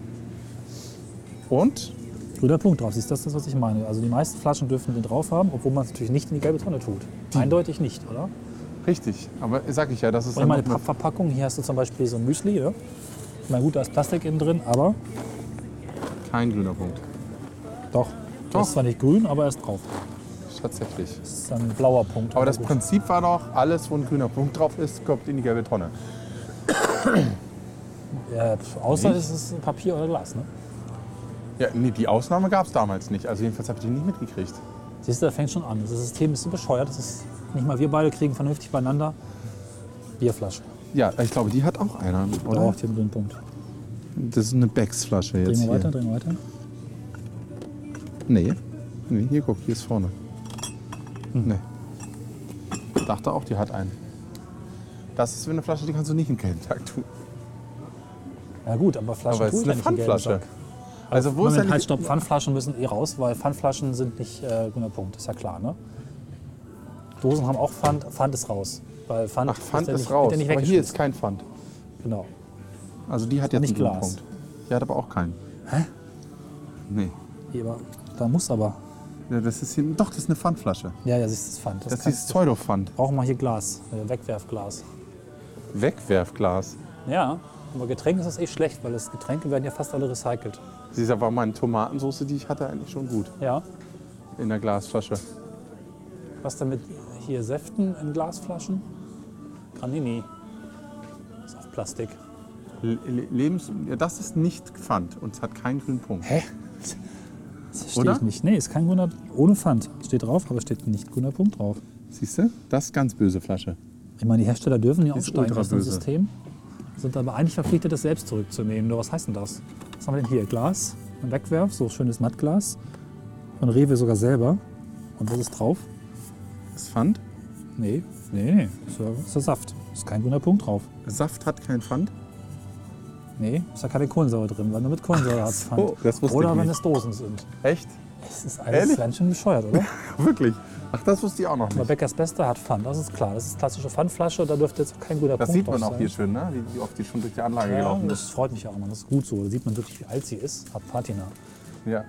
Speaker 2: Und?
Speaker 3: Grüner Punkt drauf, siehst du das, ist das, was ich meine? Also die meisten Flaschen dürfen den drauf haben, obwohl man es natürlich nicht in die gelbe Tonne tut.
Speaker 2: Hm.
Speaker 3: Eindeutig nicht, oder?
Speaker 2: Richtig. Aber sag ich ja, das ist
Speaker 3: Und ich meine,
Speaker 2: dann noch eine-
Speaker 3: Pappverpackung, hier hast du zum Beispiel so ein Müsli, ja? Ich meine, gut, da ist Plastik innen drin, aber
Speaker 2: kein grüner Punkt. Doch.
Speaker 3: doch. Das ist zwar nicht grün, aber er ist drauf.
Speaker 2: Tatsächlich.
Speaker 3: Das ist dann ein blauer Punkt.
Speaker 2: Aber das
Speaker 3: gut.
Speaker 2: Prinzip war doch, alles, wo ein grüner Punkt drauf ist, kommt in die gelbe Tonne.
Speaker 3: ja, pf, Außer
Speaker 2: Nicht?
Speaker 3: es ist Papier oder Glas, ne?
Speaker 2: Ja, nee, die Ausnahme gab es damals nicht. Also jedenfalls habe ich die nicht mitgekriegt.
Speaker 3: Siehst du, da fängt schon an. Das System ist so bescheuert, das ist nicht mal wir beide kriegen vernünftig beieinander Bierflaschen.
Speaker 2: Ja, ich glaube, die hat auch einer,
Speaker 3: Da
Speaker 2: oder?
Speaker 3: braucht ihr einen grünen Punkt.
Speaker 2: Das ist eine Becks-Flasche jetzt
Speaker 3: Drehen wir
Speaker 2: hier.
Speaker 3: weiter, drehen wir weiter.
Speaker 2: Nee. nee. Hier, guck, hier ist vorne.
Speaker 3: Hm.
Speaker 2: Nee. Dachte auch, die hat einen. Das ist wie eine Flasche, die kannst du nicht in den gelben Sack tun.
Speaker 3: Ja gut, aber Flaschen
Speaker 2: Aber es ist
Speaker 3: tun
Speaker 2: eine
Speaker 3: ja nicht in gelben
Speaker 2: Pfandflasche.
Speaker 3: Sack.
Speaker 2: Also wo ist
Speaker 3: Moment,
Speaker 2: denn
Speaker 3: halt,
Speaker 2: die,
Speaker 3: stopp. Pfandflaschen müssen eh raus, weil Pfandflaschen sind nicht äh, grüner Punkt, ist ja klar, ne? Dosen haben auch Pfand, Pfand ist raus. Weil Pfand,
Speaker 2: Ach, Pfand
Speaker 3: ja
Speaker 2: ist
Speaker 3: nicht,
Speaker 2: raus.
Speaker 3: Wird ja nicht
Speaker 2: aber hier ist
Speaker 3: weggeschmissen.
Speaker 2: kein Pfand.
Speaker 3: Genau.
Speaker 2: Also die hat jetzt
Speaker 3: nicht
Speaker 2: einen grünen
Speaker 3: Glas.
Speaker 2: Punkt. Die hat aber auch keinen. Hä? Nee.
Speaker 3: Hier, aber, da muss aber.
Speaker 2: Ja, das ist hier, doch, das ist eine Pfandflasche.
Speaker 3: Ja, ja, siehst du das Pfand.
Speaker 2: Das,
Speaker 3: kann-
Speaker 2: ist Pseudo-Pfand.
Speaker 3: brauchen wir hier Glas, äh, Wegwerfglas.
Speaker 2: Wegwerfglas.
Speaker 3: Ja, aber Getränk ist das eh schlecht, weil das Getränke werden ja fast alle recycelt.
Speaker 2: Das ist aber meine Tomatensoße, die ich hatte, eigentlich schon gut.
Speaker 3: Ja,
Speaker 2: In der Glasflasche.
Speaker 3: was damit hier Säften in Glasflaschen? Granini. Ist auch Plastik.
Speaker 2: Le- Le- Lebens ja, das ist nicht Pfand und es hat keinen grünen Punkt.
Speaker 3: Hä? Das verstehe
Speaker 2: Oder?
Speaker 3: ich nicht. Nee, ist kein grüner. Ohne Pfand. Steht drauf, aber steht nicht grüner Punkt drauf.
Speaker 2: Siehst du? Das ist ganz böse Flasche.
Speaker 3: Ich meine, die Hersteller dürfen ja
Speaker 2: Die ist
Speaker 3: aussteigen aus dem
Speaker 2: ultraböse.
Speaker 3: System, sind aber eigentlich verpflichtet, das selbst zurückzunehmen. Nur was heißt denn das? Was haben wir denn hier? Glas, ein Wegwerf, so schönes Mattglas. Von Rewe sogar selber. Und was ist drauf?
Speaker 2: Ist Pfand?
Speaker 3: Nee, nee, nee. Ist ja, ist ja Saft. Ist kein grüner Punkt drauf.
Speaker 2: Saft hat keinen Pfand?
Speaker 3: Nee, ist ja keine Kohlensäure drin, weil nur mit Kohlensäure hat es Pfand.
Speaker 2: das wusste
Speaker 3: Oder
Speaker 2: ich
Speaker 3: wenn
Speaker 2: nicht.
Speaker 3: es Dosen sind.
Speaker 2: Echt?
Speaker 3: Es ist alles
Speaker 2: Ehrlich?
Speaker 3: ganz schön bescheuert, oder?
Speaker 2: Wirklich? Ach, das wusste ich auch noch
Speaker 3: Aber
Speaker 2: nicht.
Speaker 3: Beckers Beste hat Pfand, das ist klar. Das ist klassische Pfandflasche, da dürfte jetzt auch kein guter
Speaker 2: Das
Speaker 3: Punkt
Speaker 2: sieht man
Speaker 3: drauf
Speaker 2: auch
Speaker 3: sein.
Speaker 2: hier schön, ne? wie, wie oft die schon durch die Anlage
Speaker 3: Ja,
Speaker 2: gelaufen ist.
Speaker 3: das freut mich auch immer, das ist gut so. Da sieht man wirklich, wie alt sie ist, hat Patina.
Speaker 2: Ja.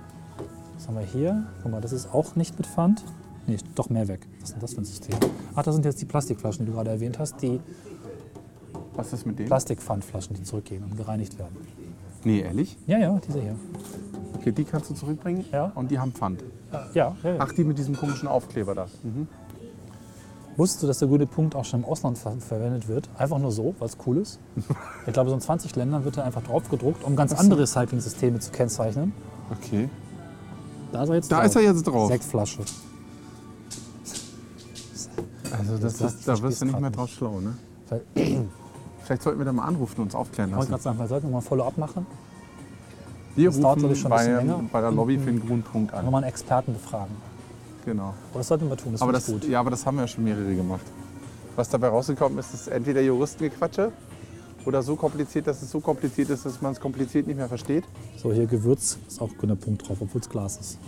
Speaker 3: Was haben wir hier? Guck mal, das ist auch nicht mit Pfand. Nee, ist doch mehr weg. Was ist denn das für ein System? Ach, das sind jetzt die Plastikflaschen, die du gerade erwähnt hast, die
Speaker 2: Was ist mit dem?
Speaker 3: Plastikpfandflaschen, die zurückgehen und gereinigt werden.
Speaker 2: Nee, ehrlich?
Speaker 3: Ja, ja, diese hier.
Speaker 2: Okay, die kannst du zurückbringen
Speaker 3: Ja.
Speaker 2: und die haben Pfand.
Speaker 3: Ja, ja, ja.
Speaker 2: Ach, die mit diesem komischen Aufkleber da. Mhm.
Speaker 3: Wusstest du, dass der grüne Punkt auch schon im Ausland ver verwendet wird? Einfach nur so, weil es cool ist. Ich glaube, so in 20 Ländern wird er einfach drauf gedruckt, um ganz andere Recycling-Systeme zu kennzeichnen.
Speaker 2: Okay.
Speaker 3: Da ist er jetzt
Speaker 2: Da
Speaker 3: drauf.
Speaker 2: ist er jetzt drauf.
Speaker 3: Sektflasche.
Speaker 2: Also das,
Speaker 3: Das-
Speaker 2: ist- da wirst du
Speaker 3: versteh's
Speaker 2: nicht mehr
Speaker 3: grad
Speaker 2: drauf schlau, ne?
Speaker 3: Weil-
Speaker 2: Vielleicht sollten wir da mal anrufen und uns aufklären
Speaker 3: Ich wollte
Speaker 2: lassen.
Speaker 3: gerade sagen, wir sollten mal ein Follow-up machen.
Speaker 2: Wir
Speaker 3: das dauert, glaub ich, schon ein bisschen
Speaker 2: bei,
Speaker 3: länger.
Speaker 2: bei der Lobby für den grünen Punkt an.
Speaker 3: Nochmal einen Experten befragen.
Speaker 2: Genau.
Speaker 3: Aber das sollten wir tun, das
Speaker 2: Aber
Speaker 3: finde
Speaker 2: das,
Speaker 3: ich gut.
Speaker 2: ja, aber das haben ja schon mehrere gemacht. Was dabei rausgekommen ist, ist entweder Juristengequatsche oder so kompliziert, dass es so kompliziert ist, dass man es kompliziert nicht mehr versteht.
Speaker 3: So, hier Gewürz ist auch grüner Punkt drauf, obwohl es Glas ist.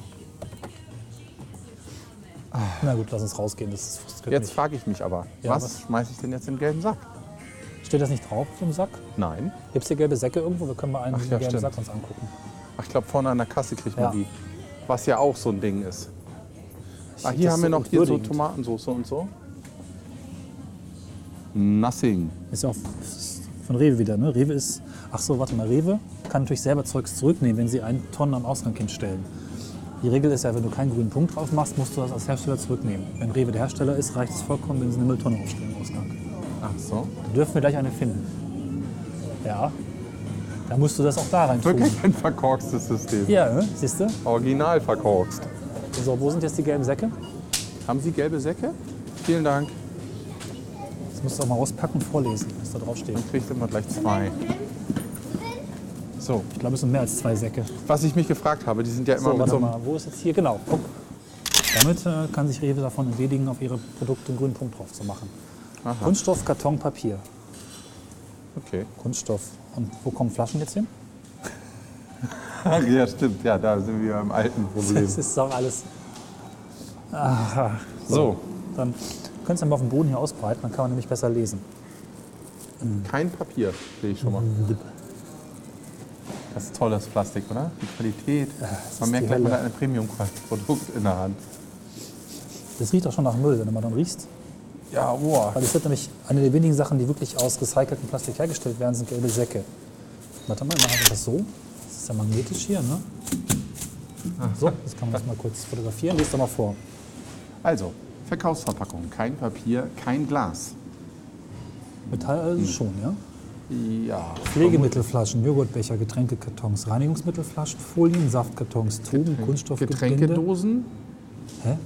Speaker 3: Na gut, lass uns rausgehen. Das ist das geht
Speaker 2: Jetzt frage ich mich aber,
Speaker 3: Ja,
Speaker 2: was
Speaker 3: was?
Speaker 2: schmeiße ich denn jetzt in den gelben Sack?
Speaker 3: nicht. Steht das nicht drauf auf dem Sack?
Speaker 2: Nein.
Speaker 3: Gibt es hier gelbe Säcke irgendwo? Wir können mal einen
Speaker 2: Ach ja,
Speaker 3: gelben
Speaker 2: stimmt.
Speaker 3: Sack uns angucken.
Speaker 2: Ach, ich glaube, vorne an der Kasse kriegt man
Speaker 3: Ja.
Speaker 2: die. Was ja auch so ein Ding ist. Ah,
Speaker 3: find
Speaker 2: hier
Speaker 3: das
Speaker 2: haben wir
Speaker 3: so
Speaker 2: noch hier so
Speaker 3: entwürdigend.
Speaker 2: Tomatensauce und so.
Speaker 5: Nothing.
Speaker 3: Ist ja auch von Rewe wieder, ne? Rewe ist. Ach so, warte mal. Rewe kann natürlich selber Zeugs zurücknehmen, wenn sie einen Tonnen am Ausgang hinstellen. Die Regel ist ja, wenn du keinen grünen Punkt drauf machst, musst du das als Hersteller zurücknehmen. Wenn Rewe der Hersteller ist, reicht es vollkommen, wenn sie eine Mülltonne aufstellen am Ausgang.
Speaker 2: Ach so.
Speaker 3: Da dürfen wir gleich eine finden. Ja. Da musst du das auch da rein tun.
Speaker 2: Wirklich ein verkorkstes System.
Speaker 3: Ja, ne? siehst du?
Speaker 2: Original verkorkst.
Speaker 3: So, wo sind jetzt die gelben Säcke?
Speaker 2: Haben Sie gelbe Säcke? Vielen Dank.
Speaker 3: Das musst du auch mal rauspacken und vorlesen, was da draufsteht.
Speaker 2: Dann kriegt immer gleich zwei. So,
Speaker 3: Ich glaube, es sind mehr als zwei Säcke.
Speaker 2: was ich mich gefragt habe, die sind ja immer
Speaker 3: So,
Speaker 2: mit so
Speaker 3: warte
Speaker 2: einem
Speaker 3: mal, wo ist jetzt hier? Genau, guck. Damit äh, kann sich Rewe davon entledigen, auf ihre Produkte einen grünen Punkt drauf zu machen.
Speaker 2: Aha,
Speaker 3: Kunststoff, Karton, Papier.
Speaker 2: okay.
Speaker 3: Kunststoff. Und wo kommen Flaschen jetzt hin?
Speaker 5: Ja, stimmt. Ja, da sind wir beim alten Problem.
Speaker 3: Das ist doch alles.
Speaker 2: So,
Speaker 3: Dann könntest du mal auf dem Boden hier ausbreiten, dann kann man nämlich besser lesen.
Speaker 2: kein Papier, sehe ich schon mal. Das ist tolles Plastik, oder? Die Qualität. Man
Speaker 3: ist
Speaker 2: merkt
Speaker 3: die
Speaker 2: gleich, man
Speaker 3: Hölle.
Speaker 2: hat ein Premium-Produkt in der Hand.
Speaker 3: Das riecht auch schon nach Müll, wenn du mal dann riechst.
Speaker 2: Ja, boah.
Speaker 3: Weil das wird nämlich eine der wenigen Sachen, die wirklich aus recyceltem Plastik hergestellt werden, sind gelbe Säcke. Warte mal, machen wir das so. Das ist ja magnetisch hier, ne? So, jetzt kann man das mal kurz fotografieren. Lies doch mal vor.
Speaker 2: Also,
Speaker 5: Verkaufsverpackung. Kein Papier, kein Glas.
Speaker 3: Metall also
Speaker 2: Hm.
Speaker 3: schon, ja?
Speaker 2: ja.
Speaker 3: Pflegemittelflaschen, Joghurtbecher, Getränkekartons, Reinigungsmittelflaschen, Folien, Saftkartons, Tuben, Kunststoffgetränke.
Speaker 2: Getränkedosen,
Speaker 3: Hä?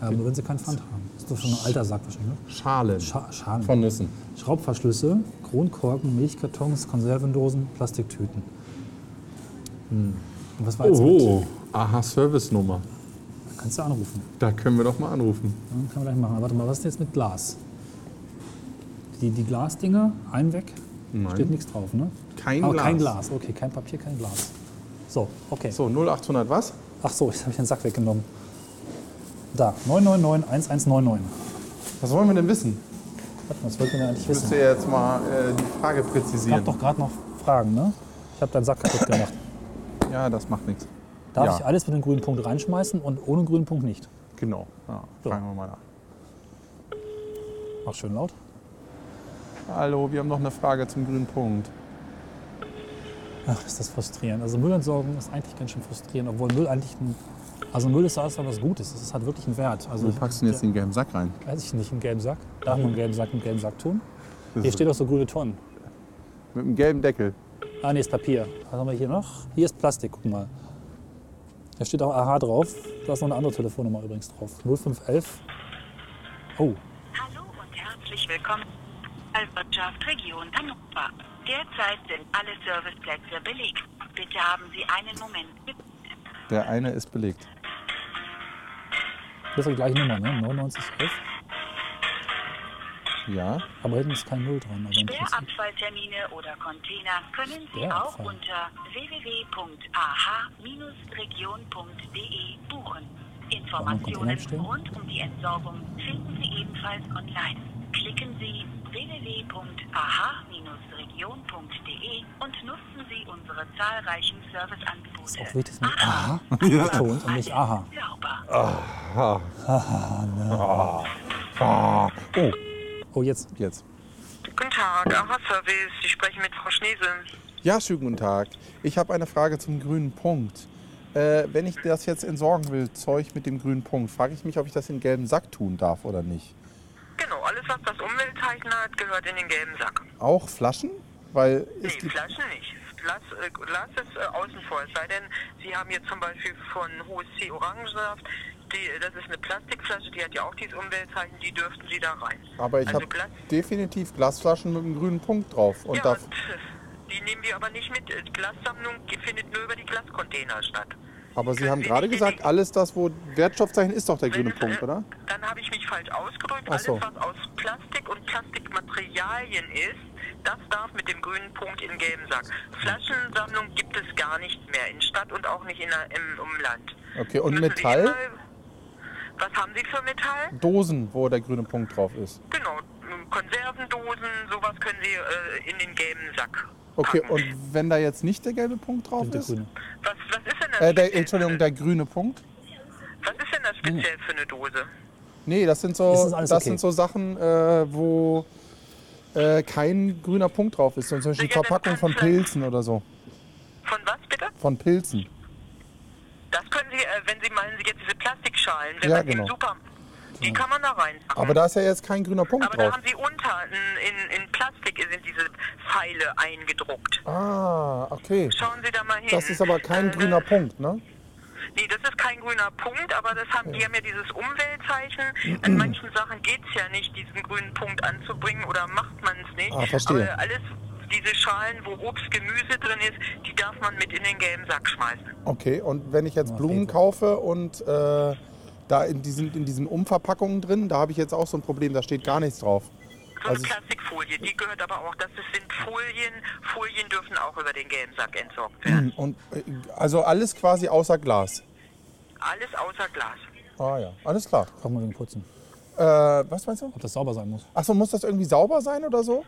Speaker 3: Ja, nur wenn sie keinen Pfand haben. Das ist doch schon ein alter Sack wahrscheinlich, ne?
Speaker 2: Schalen
Speaker 3: Scha Schalen.
Speaker 2: von Nüssen.
Speaker 3: Schraubverschlüsse, Kronkorken, Milchkartons, Konservendosen, Plastiktüten. Hm. Und was war jetzt
Speaker 2: Hm.
Speaker 5: Oh.
Speaker 2: Oho. Aha, Servicenummer.
Speaker 3: mit? Kannst du anrufen.
Speaker 2: Da können wir doch mal anrufen.
Speaker 3: Ja, können wir gleich machen. Aber Warte mal, was ist jetzt mit Glas? Die, die Glasdinger, ein weg.
Speaker 2: Nein.
Speaker 3: Steht nichts drauf, ne?
Speaker 2: Kein
Speaker 3: Aber
Speaker 2: Glas.
Speaker 3: kein Glas, okay, kein Papier, kein Glas. So, okay.
Speaker 2: So, 0800 was?
Speaker 3: Ach so, jetzt habe ich den Sack weggenommen. Da, 999 1199.
Speaker 2: Was wollen wir denn wissen?
Speaker 3: Warte mal, was wollten wir denn eigentlich
Speaker 2: Ich müsste
Speaker 3: wissen?
Speaker 2: jetzt mal äh, die Frage
Speaker 3: Ich habe
Speaker 2: präzisieren.
Speaker 3: doch gerade noch Fragen, ne? Ich habe deinen Sack kaputt gemacht.
Speaker 2: Ja, das macht nichts.
Speaker 3: Darf
Speaker 2: Ja.
Speaker 3: ich alles mit dem grünen Punkt reinschmeißen und ohne grünen Punkt nicht?
Speaker 2: Genau. Ja,
Speaker 3: So.
Speaker 2: Fragen wir mal nach.
Speaker 3: Mach schön laut.
Speaker 2: Hallo, wir haben noch eine Frage zum grünen Punkt.
Speaker 3: Ach, ist das frustrierend. Also Müllentsorgung ist eigentlich ganz schön frustrierend, obwohl Müll eigentlich ein. Also Müll ist ja alles was Gutes. Es hat wirklich einen Wert. Also
Speaker 2: Wo packst du denn jetzt den gelben Sack rein?
Speaker 3: Weiß ich nicht, einen gelben Sack. Darf man einen gelben Sack einen gelben Sack tun? Hier steht auch so grüne Tonnen.
Speaker 2: Mit dem gelben Deckel.
Speaker 3: Ah, nee, ist Papier. Was haben wir hier noch? Hier ist Plastik, guck mal. Da steht auch AH drauf. Da ist noch eine andere Telefonnummer übrigens drauf. 0511. Oh,
Speaker 6: Hallo und herzlich willkommen. Albertschaft Region Hannover. Derzeit sind alle Serviceplätze belegt. Bitte haben Sie einen Moment. Bitte.
Speaker 2: Der eine ist belegt.
Speaker 3: das ist die gleiche Nummer, ne? 9911.
Speaker 2: Ja.
Speaker 3: Aber hinten ist kein Null dran. Also im Prinzip.
Speaker 6: Sperrabfalltermine oder Container können Sie auch
Speaker 3: Sperrabfall.
Speaker 6: unter www.ah-region.de e buchen.
Speaker 3: Container
Speaker 6: Informationen
Speaker 3: stehen?
Speaker 6: rund um die Entsorgung finden Sie ebenfalls online. Klicken Sie www.ah-region.de e und nutzen Sie unsere zahlreichen Serviceangebote.
Speaker 3: Ist auch wichtig, dass man AH betont und nicht AHA.
Speaker 6: Sauber.
Speaker 3: Oh, jetzt.
Speaker 2: Jetzt.
Speaker 7: Guten Tag, AHA-Service. Sie sprechen mit Frau Schnesel.
Speaker 2: Ja, schönen guten Tag. Ich habe eine Frage zum grünen Punkt. Äh, wenn ich das jetzt entsorgen will, Zeug mit dem grünen Punkt, frage ich mich, ob ich das in den gelben Sack tun darf oder nicht.
Speaker 7: Genau, alles, was das Umweltzeichen hat, gehört in den gelben Sack.
Speaker 2: Auch Flaschen? Weil
Speaker 7: Nee,
Speaker 2: es gibt
Speaker 7: Flaschen nicht. Glas, äh, Glas ist äh, außen vor. Es sei denn, Sie haben jetzt zum Beispiel von HSC Orangensaft, die, das ist eine Plastikflasche, die hat ja auch dieses Umweltzeichen, die dürften Sie da rein.
Speaker 2: Aber ich
Speaker 7: also
Speaker 2: habe
Speaker 7: Glas,
Speaker 2: definitiv Glasflaschen mit einem grünen Punkt drauf. Und
Speaker 7: ja,
Speaker 2: da,
Speaker 7: pf, die nehmen wir aber nicht mit. Äh, Glassammlung die findet nur über die Glascontainer statt.
Speaker 2: aber Sie
Speaker 7: können
Speaker 2: haben
Speaker 7: wir
Speaker 2: gerade
Speaker 7: nicht
Speaker 2: gesagt,
Speaker 7: billigen.
Speaker 2: alles das, wo Wertstoffzeichen ist doch der
Speaker 7: Wenn
Speaker 2: grüne
Speaker 7: es,
Speaker 2: Punkt,
Speaker 7: äh,
Speaker 2: oder?
Speaker 7: Dann habe ich mich falsch ausgedrückt.
Speaker 2: Ach
Speaker 7: Alles,
Speaker 2: so.
Speaker 7: was aus Plastik und Plastikmaterialien ist, das darf mit dem grünen Punkt in gelben Sack. Flaschensammlung gibt es gar nicht mehr in Stadt und auch nicht in der, im Umland.
Speaker 2: Okay, und
Speaker 7: Müssen Sie
Speaker 2: Metall?
Speaker 7: immer- Was haben Sie für Metall?
Speaker 2: Dosen, wo der grüne Punkt drauf ist.
Speaker 7: Genau, Konservendosen, sowas können Sie äh, in den gelben Sack.
Speaker 2: Okay,
Speaker 7: packen.
Speaker 2: und wenn da jetzt nicht der gelbe Punkt drauf
Speaker 3: Und der
Speaker 2: ist?
Speaker 3: grüne.
Speaker 7: was, was ist denn das?
Speaker 2: Äh,
Speaker 7: mit
Speaker 2: der, Hm.
Speaker 7: den-
Speaker 2: Entschuldigung, der grüne Punkt?
Speaker 7: Was ist denn das speziell für eine Dose?
Speaker 2: Nee, das sind so,
Speaker 3: Ist
Speaker 2: das
Speaker 3: das alles okay?
Speaker 2: sind so Sachen, äh, wo äh, kein grüner Punkt drauf ist. Zum Beispiel die
Speaker 7: Ja, das
Speaker 2: Verpackung von
Speaker 7: kannst du-
Speaker 2: Pilzen oder so.
Speaker 7: Von was bitte?
Speaker 2: Von Pilzen.
Speaker 7: Das können Sie, äh, wenn Sie meinen, Sie jetzt diese Plastikschalen, wenn
Speaker 2: Ja,
Speaker 7: man die
Speaker 2: genau.
Speaker 7: im Super, die kann man da reinpacken.
Speaker 2: Aber da ist ja jetzt kein grüner Punkt
Speaker 7: Mhm. Aber da
Speaker 2: drauf.
Speaker 7: haben Sie unter, in, in, in Plastik sind diese Pfeile eingedruckt.
Speaker 2: Ah, okay.
Speaker 7: Schauen Sie da mal hin.
Speaker 2: Das ist aber kein
Speaker 7: Äh,
Speaker 2: grüner Punkt, ne?
Speaker 7: Nee, das ist kein grüner Punkt, aber das haben, die haben ja dieses Umweltzeichen. An manchen Sachen geht es ja nicht, diesen grünen Punkt anzubringen oder macht man es nicht.
Speaker 2: Ah, verstehe.
Speaker 7: Aber alles, diese Schalen, wo Obst, Gemüse drin ist, die darf man mit in den gelben Sack schmeißen.
Speaker 2: Okay, und wenn ich jetzt Blumen kaufe und äh, da in diesen, in diesen Umverpackungen drin, da habe ich jetzt auch so ein Problem, da steht gar nichts drauf.
Speaker 7: So eine
Speaker 2: Also-
Speaker 7: Plastikfolie, die gehört aber auch, das sind Folien. Folien dürfen auch über den gelben Sack entsorgt werden.
Speaker 2: Und, äh, also alles quasi außer Glas.
Speaker 7: Alles außer Glas.
Speaker 2: Ah ja, alles klar.
Speaker 3: Frag mal wegen Putzen,
Speaker 2: Äh, was meinst du?
Speaker 3: ob das sauber sein muss.
Speaker 2: Achso, muss das irgendwie sauber sein oder so?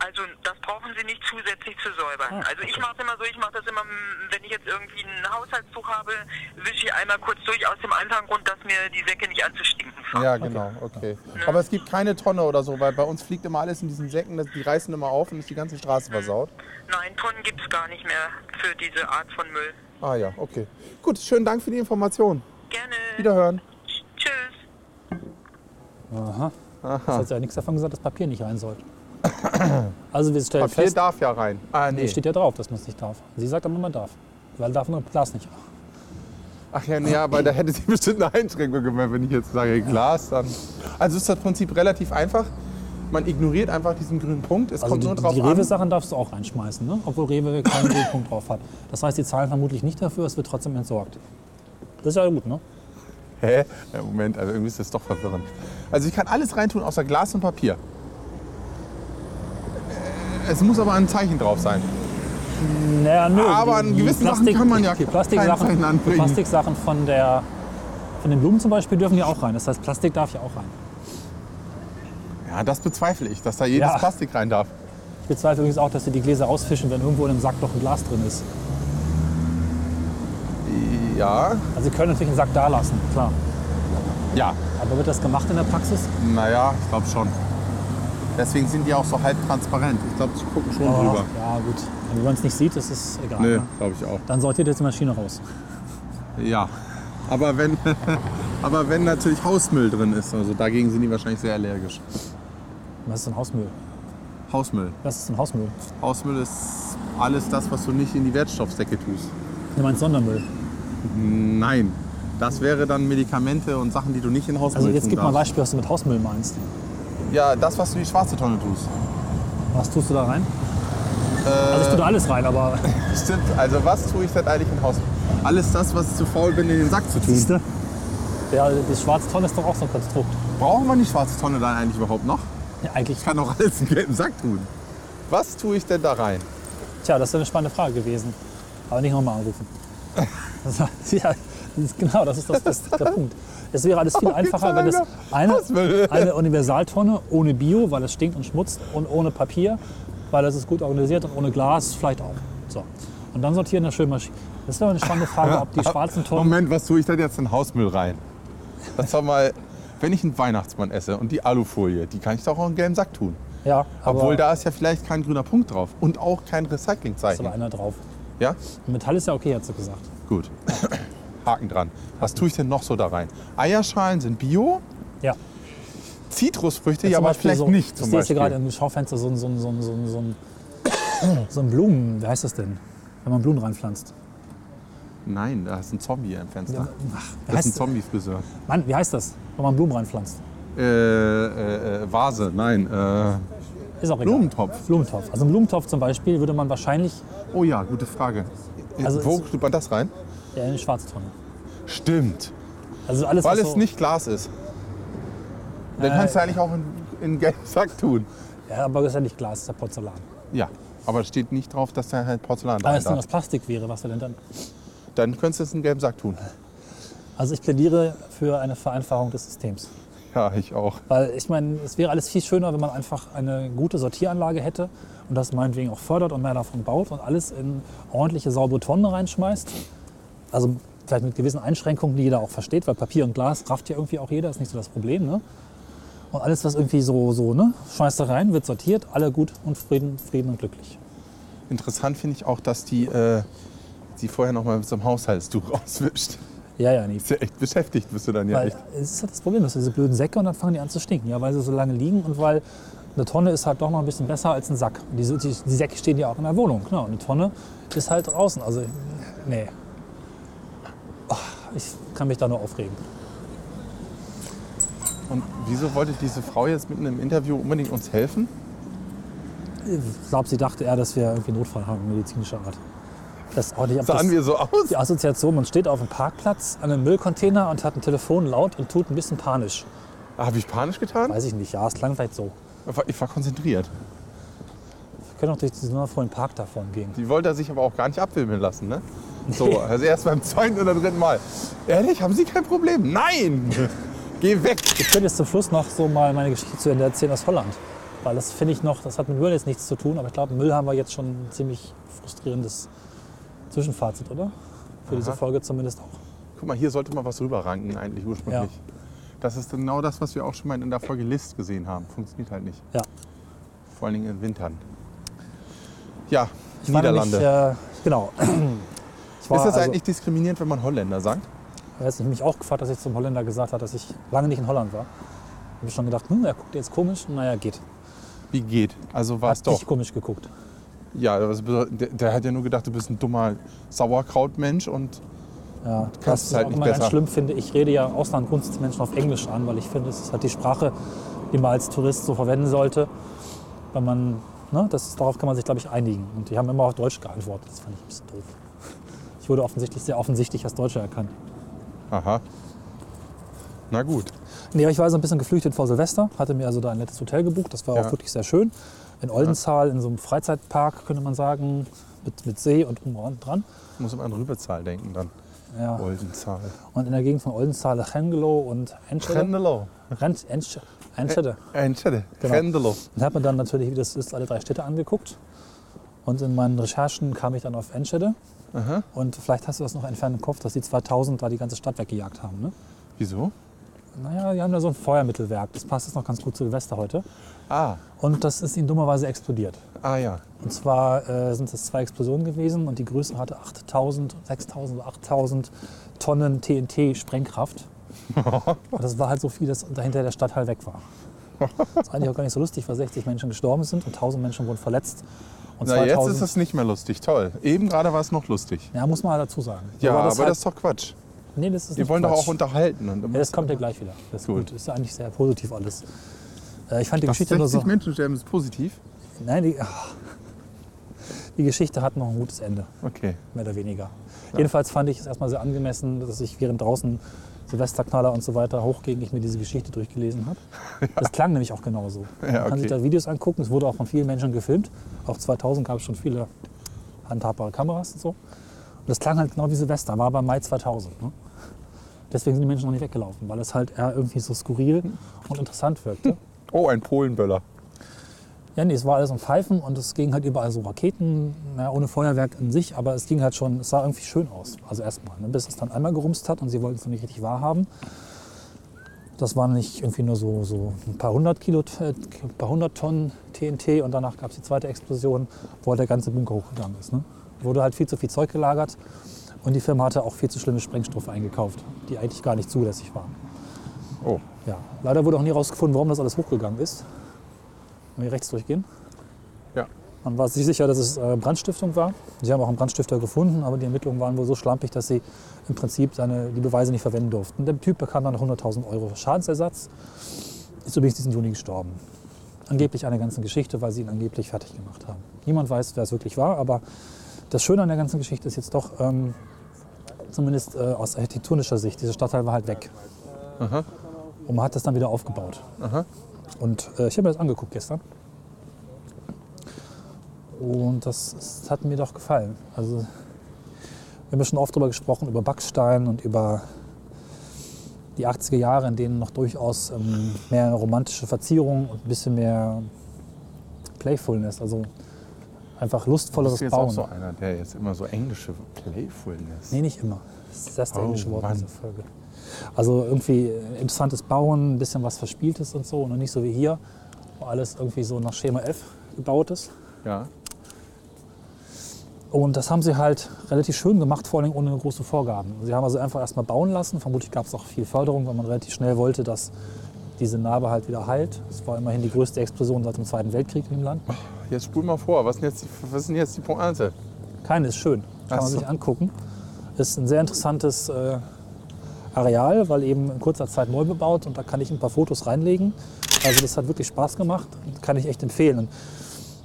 Speaker 7: Also das brauchen Sie nicht zusätzlich zu säubern. Also ich mache es immer so, ich mache das immer, mm, wenn ich jetzt irgendwie ein Haushaltstuch habe, wische ich einmal kurz durch aus dem einfachen Grund, dass mir die Säcke nicht anzustinken fangen.
Speaker 2: Ja, genau, okay. Aber es gibt keine Tonne oder so, weil bei uns fliegt immer alles in diesen Säcken, das- die reißen immer auf und ist die ganze Straße versaut.
Speaker 7: Nein, Tonnen gibt es gar nicht mehr für diese Art von Müll.
Speaker 2: Ah ja, okay. Gut, schönen Dank für die Information.
Speaker 7: Gerne.
Speaker 2: Wiederhören.
Speaker 7: Tschüss.
Speaker 3: Aha. Das hat ja nichts davon gesagt, dass Papier nicht rein sollte. Also wir stellen
Speaker 2: Papier
Speaker 3: fest,
Speaker 2: darf ja rein. Ah,
Speaker 3: hier
Speaker 2: nee.
Speaker 3: steht ja drauf, dass man es nicht darf. Sie sagt aber, man darf. Weil darf man Glas nicht.
Speaker 2: Ach ja, nee, aber da hätte sie bestimmt eine Einschränkung gemacht, wenn ich jetzt sage Glas, dann. Also ist das Prinzip relativ einfach. Man ignoriert einfach diesen grünen Punkt. Es
Speaker 3: Also
Speaker 2: kommt
Speaker 3: die,
Speaker 2: nur drauf
Speaker 3: die
Speaker 2: an.
Speaker 3: Rewe-Sachen darfst du auch reinschmeißen, ne? obwohl Rewe keinen Punkt drauf hat. Das heißt, die zahlen vermutlich nicht dafür, es wird trotzdem entsorgt. Das ist ja gut, ne?
Speaker 2: Hä? Ja, Moment, also irgendwie ist das doch verwirrend. Also ich kann alles reintun außer Glas und Papier. Äh, Es muss aber ein Zeichen drauf sein.
Speaker 3: Naja, nö.
Speaker 2: Aber an gewissen Sachen kann man ja
Speaker 3: die
Speaker 2: kein
Speaker 3: Plastiksachen,
Speaker 2: Zeichen
Speaker 3: die
Speaker 2: anbringen.
Speaker 3: Plastiksachen von, der, von den Blumen zum Beispiel dürfen ja auch rein. Das heißt, Plastik darf ja auch rein.
Speaker 2: Ja, das bezweifle ich, dass da jedes
Speaker 3: Ja.
Speaker 2: Plastik rein darf.
Speaker 3: Ich bezweifle übrigens auch, dass sie die Gläser rausfischen, wenn irgendwo in einem Sack noch ein Glas drin ist.
Speaker 2: Ja,
Speaker 3: Also sie können natürlich einen Sack da lassen, klar.
Speaker 2: ja,
Speaker 3: Aber wird das gemacht in der Praxis?
Speaker 2: naja, ich glaube schon. Deswegen sind die auch so halb transparent. Ich glaube, sie gucken schon drüber.
Speaker 3: Ach, Ja, gut. Wenn man es nicht sieht, ist es egal.
Speaker 2: Nee,
Speaker 3: ne?
Speaker 2: glaube ich auch.
Speaker 3: Dann sortiert jetzt die Maschine raus.
Speaker 2: Ja. Aber wenn, aber wenn natürlich Hausmüll drin ist, also dagegen sind die wahrscheinlich sehr allergisch.
Speaker 3: Was ist denn Hausmüll?
Speaker 2: Hausmüll.
Speaker 3: Was ist denn Hausmüll?
Speaker 2: Hausmüll ist alles das, was du nicht in die Wertstoffsäcke tust.
Speaker 3: Du meinst Sondermüll.
Speaker 2: Nein. Das wäre dann Medikamente und Sachen, die du nicht in Hausmüll
Speaker 3: Also jetzt
Speaker 2: tun
Speaker 3: gib mal ein
Speaker 2: darfst.
Speaker 3: Beispiel, was du mit Hausmüll meinst.
Speaker 2: Ja, das, was du in die schwarze Tonne tust.
Speaker 3: Was tust du da rein?
Speaker 2: Äh,
Speaker 3: also ich tue da alles rein, aber
Speaker 2: Stimmt, also was tue ich denn eigentlich in Hausmüll? Alles das, was ich zu faul bin, in den Sack zu tun.
Speaker 3: siehst du? Ja, das Schwarztonne ist doch auch so ein Konstrukt.
Speaker 2: Brauchen wir die schwarze Tonne dann eigentlich überhaupt noch?
Speaker 3: Ja, eigentlich,
Speaker 2: Ich kann auch alles in den gelben Sack tun. Was tue ich denn da rein?
Speaker 3: tja, das ist eine spannende Frage gewesen. Aber nicht nochmal anrufen. Das, war- ja, das ist, genau, das ist, das, das ist der Punkt. Es wäre alles viel einfacher, wenn es
Speaker 2: Hausmüll.
Speaker 3: eine, eine Universaltonne ohne Bio, weil es stinkt und schmutzt, und ohne Papier, weil es ist gut organisiert und ohne Glas vielleicht auch. So. Und dann sortieren eine schöne Maschine. Das wäre eine spannende Frage, ob die schwarzen Tonnen
Speaker 2: Moment, was tue ich denn jetzt in Hausmüll rein? Das war mal, wenn ich einen Weihnachtsmann esse und die Alufolie, die kann ich doch auch in den gelben Sack tun.
Speaker 3: Ja, aber
Speaker 2: Obwohl da ist ja vielleicht kein grüner Punkt drauf und auch kein
Speaker 3: ist aber
Speaker 2: Recyclingzeichen.
Speaker 3: einer drauf.
Speaker 2: Ja,
Speaker 3: Metall ist ja okay, hat sie gesagt.
Speaker 2: gut. Haken dran. Was tue ich denn noch so da rein? Eierschalen sind Bio,
Speaker 3: Ja.
Speaker 2: Zitrusfrüchte ja,
Speaker 3: Zum
Speaker 2: aber
Speaker 3: Beispiel
Speaker 2: vielleicht
Speaker 3: so,
Speaker 2: nicht zum
Speaker 3: ich sehe jetzt hier
Speaker 2: Beispiel.
Speaker 3: gerade im Schaufenster so ein, so ein, so ein, so ein, so ein, so ein Blumen, wie heißt das denn? Wenn man Blumen reinpflanzt.
Speaker 2: Nein, da ist ein Zombie im Fenster.
Speaker 3: Ach, wie
Speaker 2: Das ist ein
Speaker 3: heißt,
Speaker 2: Zombie-Friseur.
Speaker 3: Mann, wie heißt das, wenn man Blumen reinpflanzt?
Speaker 2: Äh, äh, äh, Vase, nein. Äh,
Speaker 3: Ist auch egal.
Speaker 2: Blumentopf.
Speaker 3: Blumentopf. Also einen Blumentopf zum Beispiel würde man wahrscheinlich
Speaker 2: oh ja, gute Frage.
Speaker 3: Also
Speaker 2: Wo
Speaker 3: es-
Speaker 2: tut man das rein?
Speaker 3: ja, in eine Schwarztonne.
Speaker 2: Stimmt.
Speaker 3: Also alles,
Speaker 2: Weil
Speaker 3: was
Speaker 2: es
Speaker 3: so, Äh.
Speaker 2: nicht Glas ist. Dann kannst du eigentlich auch in, in gelben Sack tun.
Speaker 3: Ja, aber das ist ja nicht Glas, das ist ja Porzellan.
Speaker 2: Ja, aber es steht nicht drauf, dass da halt Porzellan
Speaker 3: Aber
Speaker 2: drin
Speaker 3: wenn es nur
Speaker 2: ist.
Speaker 3: aus Plastik wäre, Ah, was wäre denn dann?
Speaker 2: Dann könntest du es in gelben Sack tun.
Speaker 3: Also ich plädiere für eine Vereinfachung des Systems.
Speaker 2: Ja, ich auch.
Speaker 3: Weil ich meine, es wäre alles viel schöner, wenn man einfach eine gute Sortieranlage hätte und das meinetwegen auch fördert und mehr davon baut und alles in ordentliche, saubere Tonnen reinschmeißt. Also vielleicht mit gewissen Einschränkungen, die jeder auch versteht, weil Papier und Glas rafft ja irgendwie auch jeder, ist nicht so das Problem. Ne? Und alles, was irgendwie so, so, ne, schmeißt da rein, wird sortiert, alle gut und Frieden, Frieden und glücklich.
Speaker 2: Interessant finde ich auch, dass die äh, sie vorher noch mal mit so einem Haushaltstuch rauswischt.
Speaker 3: Ja, ja, nee.
Speaker 2: Ist ja echt beschäftigt, bist du dann ja
Speaker 3: Weil
Speaker 2: echt.
Speaker 3: es ist halt das Problem, dass diese blöden Säcke und dann fangen die an zu stinken, ja, weil sie so lange liegen und weil eine Tonne ist halt doch noch ein bisschen besser als ein Sack. Die, die, die Säcke stehen ja auch in der Wohnung, genau. Und die Tonne ist halt draußen. Also, nee. Ah, Ich kann mich da nur aufregen.
Speaker 2: Und wieso wollte diese Frau jetzt mitten im Interview unbedingt uns helfen?
Speaker 3: Ich glaube, sie dachte eher, dass wir irgendwie einen Notfall haben, medizinischer Art. Das auch nicht, ob das
Speaker 2: Sahen wir so aus?
Speaker 3: die Assoziation, man steht auf dem Parkplatz an einem Müllcontainer und hat ein Telefon laut und tut ein bisschen panisch.
Speaker 2: Habe ich panisch getan?
Speaker 3: Weiß ich nicht, ja, es klang vielleicht so.
Speaker 2: Aber Ich war konzentriert.
Speaker 3: Wir können auch durch diesen wundervollen Park davon gehen.
Speaker 2: Die wollte er sich aber auch gar nicht abfilmen lassen, ne? So, also erst beim zweiten oder dritten Mal. Ehrlich, haben Sie kein Problem? Nein! Geh weg!
Speaker 3: Ich könnte jetzt zum Schluss noch so mal meine Geschichte zu Ende erzählen aus Holland. Weil das finde ich noch, das hat mit Müll jetzt nichts zu tun, aber ich glaube, Müll haben wir jetzt schon ein ziemlich frustrierendes Zwischenfazit, oder? Für diese Folge zumindest auch.
Speaker 2: Guck mal, hier sollte mal was rüberranken eigentlich ursprünglich.
Speaker 3: Ja.
Speaker 2: Das ist genau das, was wir auch schon mal in der Folge List gesehen haben. Funktioniert halt nicht.
Speaker 3: Ja.
Speaker 2: Vor allen Dingen in Wintern. Ja,
Speaker 3: Ich war
Speaker 2: Niederlande.
Speaker 3: Nämlich, äh, genau. Ich war,
Speaker 2: ist das
Speaker 3: also,
Speaker 2: eigentlich diskriminierend, wenn man Holländer sagt?
Speaker 3: Ich weiß nicht, mich auch gefragt, dass ich zum Holländer gesagt habe, dass ich lange nicht in Holland war. Habe ich schon gedacht, hm, er guckt jetzt komisch. Naja, geht.
Speaker 2: Wie geht? Also war es
Speaker 3: Hat
Speaker 2: doch.
Speaker 3: nicht komisch geguckt.
Speaker 2: Ja, das bedeutet- der, der hat ja nur gedacht, du bist ein dummer Sauerkrautmensch und
Speaker 3: Ja, das
Speaker 2: kannst
Speaker 3: ist
Speaker 2: es halt
Speaker 3: auch
Speaker 2: nicht
Speaker 3: immer ganz
Speaker 2: besser.
Speaker 3: schlimm, finde ich. rede ja im Ausland grundsätzlich Menschen auf Englisch an, weil ich finde, es ist halt die Sprache, die man als Tourist so verwenden sollte. Wenn man, ne, das, darauf kann man sich, glaube ich, einigen. Und die haben immer auf Deutsch geantwortet. Das fand ich ein bisschen doof. Ich wurde offensichtlich sehr offensichtlich als Deutscher erkannt.
Speaker 2: Aha. Na gut.
Speaker 3: Nee, aber ich war so ein bisschen geflüchtet vor Silvester, hatte mir also da ein nettes Hotel gebucht. Das war
Speaker 2: Ja.
Speaker 3: auch wirklich sehr schön. In Oldenzaal, in so einem Freizeitpark, könnte man sagen, mit, mit See und um und dran.
Speaker 2: Muss immer an Rübezahl denken dann.
Speaker 3: Ja.
Speaker 2: Oldenzahl.
Speaker 3: Und in der Gegend von Oldenzaal, Hengelo und Enschede.
Speaker 2: Rendelow.
Speaker 3: Rent- Ensch- Enschede.
Speaker 2: Entschede.
Speaker 3: Genau.
Speaker 2: Rendelow.
Speaker 3: Und habe mir dann natürlich, wie das ist, alle drei Städte angeguckt. Und in meinen Recherchen kam ich dann auf Enschede.
Speaker 2: Aha.
Speaker 3: Und vielleicht hast du das noch entfernt im Kopf, dass die 2000 da die ganze Stadt weggejagt haben. Ne?
Speaker 2: Wieso?
Speaker 3: Naja, die haben da so ein Feuermittelwerk. Das passt jetzt noch ganz gut zu Silvester heute.
Speaker 2: Ah,
Speaker 3: Und das ist ihnen dummerweise explodiert.
Speaker 2: ah ja.
Speaker 3: Und zwar äh, sind es zwei Explosionen gewesen und die Größe hatte 8000, 6000, 8000 Tonnen TNT-Sprengkraft. Und das war halt so viel, dass dahinter der Stadtteil weg war. Das ist eigentlich auch gar nicht so lustig, weil 60 Menschen gestorben sind und 1000 Menschen wurden verletzt. Und
Speaker 2: Na, jetzt
Speaker 3: 2000
Speaker 2: ist es nicht mehr lustig. Toll. Eben gerade war es noch lustig.
Speaker 3: Ja, muss man halt dazu sagen.
Speaker 2: Ja, aber,
Speaker 3: halt-
Speaker 2: das ist doch Quatsch.
Speaker 3: Nee, das ist
Speaker 2: Wir
Speaker 3: nicht
Speaker 2: wollen doch
Speaker 3: Quatsch.
Speaker 2: auch unterhalten. Und
Speaker 3: Ja, das kommt ja gleich wieder. Das ist
Speaker 2: Gut.
Speaker 3: gut. Ist ja eigentlich sehr positiv alles. Äh, ich fand die
Speaker 2: Dass
Speaker 3: Geschichte nur
Speaker 2: 60
Speaker 3: so.
Speaker 2: Menschen sterben ist positiv.
Speaker 3: Nein, die, ach. die Geschichte hat noch ein gutes Ende.
Speaker 2: Okay.
Speaker 3: mehr oder weniger. Jedenfalls fand ich es erstmal sehr angemessen, dass ich während draußen Silvesterknaller und so weiter hochging, ich mir diese Geschichte durchgelesen habe. Das klang nämlich auch genauso. Man kann sich
Speaker 2: okay.
Speaker 3: da Videos angucken, es wurde auch von vielen Menschen gefilmt. Auch 2000 gab es schon viele handhabbare Kameras und so. Und das klang halt genau wie Silvester, war aber Mai 2000. Ne? Deswegen sind die Menschen noch nicht weggelaufen, weil es halt eher irgendwie so skurril und interessant wirkte.
Speaker 2: Oh, ein Polenböller.
Speaker 3: Ja, nee, es war alles am Pfeifen und es ging halt überall so Raketen, naja, ohne Feuerwerk an sich, aber es ging halt schon, es sah irgendwie schön aus. Also erstmal, ne, bis es dann einmal gerumst hat und sie wollten es noch nicht richtig wahrhaben. Das waren nicht irgendwie nur so, so ein paar hundert Kilo, äh, ein paar hundert Tonnen TNT und danach gab es die zweite Explosion, wo halt der ganze Bunker hochgegangen ist. Ne? Wurde halt viel zu viel Zeug gelagert und die Firma hatte auch viel zu schlimme Sprengstoffe eingekauft, die eigentlich gar nicht zulässig waren.
Speaker 2: Oh.
Speaker 3: Ja, leider wurde auch nie rausgefunden, warum das alles hochgegangen ist. Wenn wir rechts durchgehen.
Speaker 2: Ja.
Speaker 3: Man war sich sicher, dass es äh, Brandstiftung war. Sie haben auch einen Brandstifter gefunden, aber die Ermittlungen waren wohl so schlampig, dass sie im Prinzip seine, die Beweise nicht verwenden durften. Der Typ bekam dann 100.000 Euro Schadensersatz. Ist übrigens diesen Juni gestorben. Angeblich eine ganze Geschichte, weil sie ihn angeblich fertig gemacht haben. Niemand weiß, wer es wirklich war, aber das Schöne an der ganzen Geschichte ist jetzt doch, ähm, zumindest äh, aus architektonischer Sicht, dieser Stadtteil war halt weg. Und man hat das dann wieder aufgebaut. Und äh, ich habe mir das angeguckt gestern. Und das, ist- hat mir doch gefallen. Also, wir haben ja schon oft darüber gesprochen, über Backstein und über die 80er Jahre, in denen noch durchaus ähm, mehr romantische Verzierung und ein bisschen mehr Playfulness, also einfach
Speaker 2: Das
Speaker 3: lustvolleres
Speaker 2: ist jetzt
Speaker 3: Bauen.
Speaker 2: auch so einer, der jetzt immer so englische Playfulness.
Speaker 3: Nee, nicht immer. Das ist das dänische
Speaker 2: Oh,
Speaker 3: Wort
Speaker 2: Mann.
Speaker 3: dieser Folge. Also irgendwie interessantes Bauen, ein bisschen was Verspieltes und so. Und nicht so wie hier, wo alles irgendwie so nach Schema F gebaut ist.
Speaker 2: Ja.
Speaker 3: Und das haben sie halt relativ schön gemacht, vor allem ohne große Vorgaben. Sie haben also einfach erstmal bauen lassen. Vermutlich gab es auch viel Förderung, weil man relativ schnell wollte, dass diese Narbe halt wieder heilt. Es war immerhin die größte Explosion seit dem Zweiten Weltkrieg in dem Land.
Speaker 2: Jetzt spul mal vor. Was sind jetzt die, was sind jetzt die Pointe?
Speaker 3: Keine ist schön. Kann
Speaker 2: Ach
Speaker 3: man
Speaker 2: so.
Speaker 3: sich angucken. Ist ein sehr interessantes äh, Areal, weil eben in kurzer Zeit neu bebaut und da kann ich ein paar Fotos reinlegen. Also das hat wirklich Spaß gemacht und kann ich echt empfehlen. Und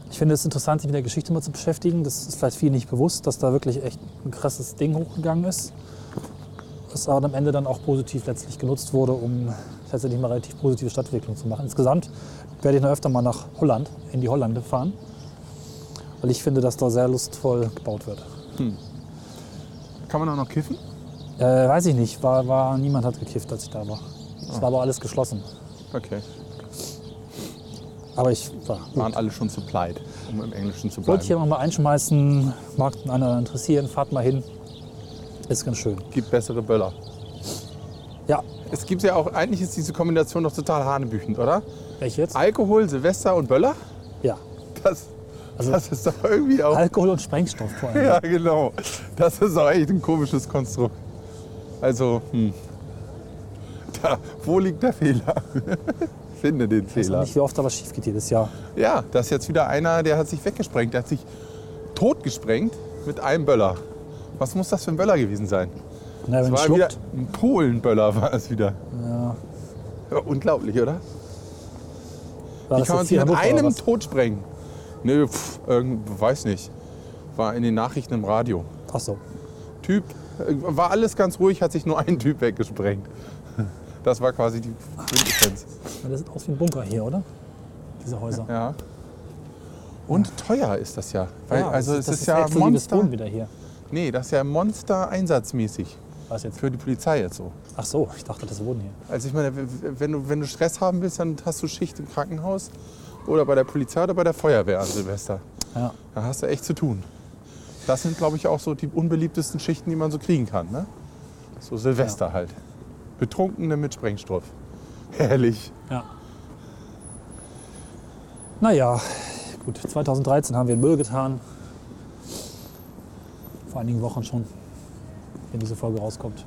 Speaker 3: ich finde es interessant, sich mit der Geschichte mal zu beschäftigen. Das ist vielleicht vielen nicht bewusst, dass da wirklich echt ein krasses Ding hochgegangen ist. Das aber am Ende dann auch positiv letztlich genutzt wurde, um tatsächlich mal relativ positive Stadtentwicklung zu machen. Insgesamt werde ich noch öfter mal nach Holland, in die Hollande fahren, weil ich finde, dass da sehr lustvoll gebaut wird.
Speaker 2: Kann man auch noch kiffen?
Speaker 3: Äh, weiß ich nicht. War, war, niemand hat gekifft, als ich da war.
Speaker 2: Ah.
Speaker 3: Es war aber alles geschlossen.
Speaker 2: Okay.
Speaker 3: Aber ich war.
Speaker 2: Waren alle schon zu pleit, um im Englischen zu
Speaker 3: Wollte
Speaker 2: bleiben.
Speaker 3: ich hier nochmal einschmeißen, mag den anderen interessieren, fahrt mal hin. Ist ganz schön.
Speaker 2: Gibt bessere Böller.
Speaker 3: Ja,
Speaker 2: Es gibt ja auch, eigentlich ist diese Kombination doch total hanebüchend, oder?
Speaker 3: welche jetzt?
Speaker 2: Alkohol, Silvester und Böller?
Speaker 3: Ja.
Speaker 2: Das,
Speaker 3: Also-
Speaker 2: das ist doch irgendwie auch.
Speaker 3: Alkohol und Sprengstoff vor allem.
Speaker 2: Ja, genau. Das ist auch echt ein komisches Konstrukt. Also, hm. Da, wo liegt der Fehler? Finde den
Speaker 3: Ich weiß auch
Speaker 2: Fehler.
Speaker 3: nicht, wie oft da was schief geht jedes Jahr.
Speaker 2: Ja, da ist jetzt wieder einer, der hat sich weggesprengt. Der hat sich totgesprengt mit einem Böller. Was muss das für ein Böller gewesen sein?
Speaker 3: Na,
Speaker 2: Das
Speaker 3: wenn es
Speaker 2: war wieder
Speaker 3: schluckt.
Speaker 2: ein Polenböller war es wieder. Ja. Unglaublich, oder?
Speaker 3: War
Speaker 2: Wie
Speaker 3: das
Speaker 2: kann man
Speaker 3: jetzt
Speaker 2: sich
Speaker 3: hier in
Speaker 2: mit
Speaker 3: Hamburg oder
Speaker 2: einem
Speaker 3: was?
Speaker 2: Tod sprengen? Nö, pff, irgend, weiß nicht. War in den Nachrichten im Radio.
Speaker 3: Ach so.
Speaker 2: Typ, äh, war alles ganz ruhig, hat sich nur ein Typ weggesprengt. Das war quasi die Quintessenz.
Speaker 3: Na, Das sieht aus wie ein Bunker hier, oder? Diese Häuser.
Speaker 2: Ja. Und teuer ist das ja. Weil,
Speaker 3: Ja,
Speaker 2: also es
Speaker 3: das
Speaker 2: ist, ja
Speaker 3: exklusives
Speaker 2: Monster.
Speaker 3: Wohnen wieder hier.
Speaker 2: Nee, das ist ja Monster einsatzmäßig
Speaker 3: Was jetzt?
Speaker 2: für die Polizei jetzt so.
Speaker 3: Ach so, ich dachte, das Wohnen hier.
Speaker 2: Also ich meine, w- w- wenn du, wenn du Stress haben willst, dann hast du Schicht im Krankenhaus oder bei der Polizei oder bei der Feuerwehr an Silvester.
Speaker 3: Ja.
Speaker 2: Da hast du echt zu tun. Das sind, glaube ich, auch so die unbeliebtesten Schichten, die man so kriegen kann. Ne? So Silvester halt. Betrunkene mit Sprengstoff. Herrlich.
Speaker 3: Ja. Naja, gut, 2013 haben wir in Müll getan. Vor einigen Wochen schon, wenn diese Folge rauskommt.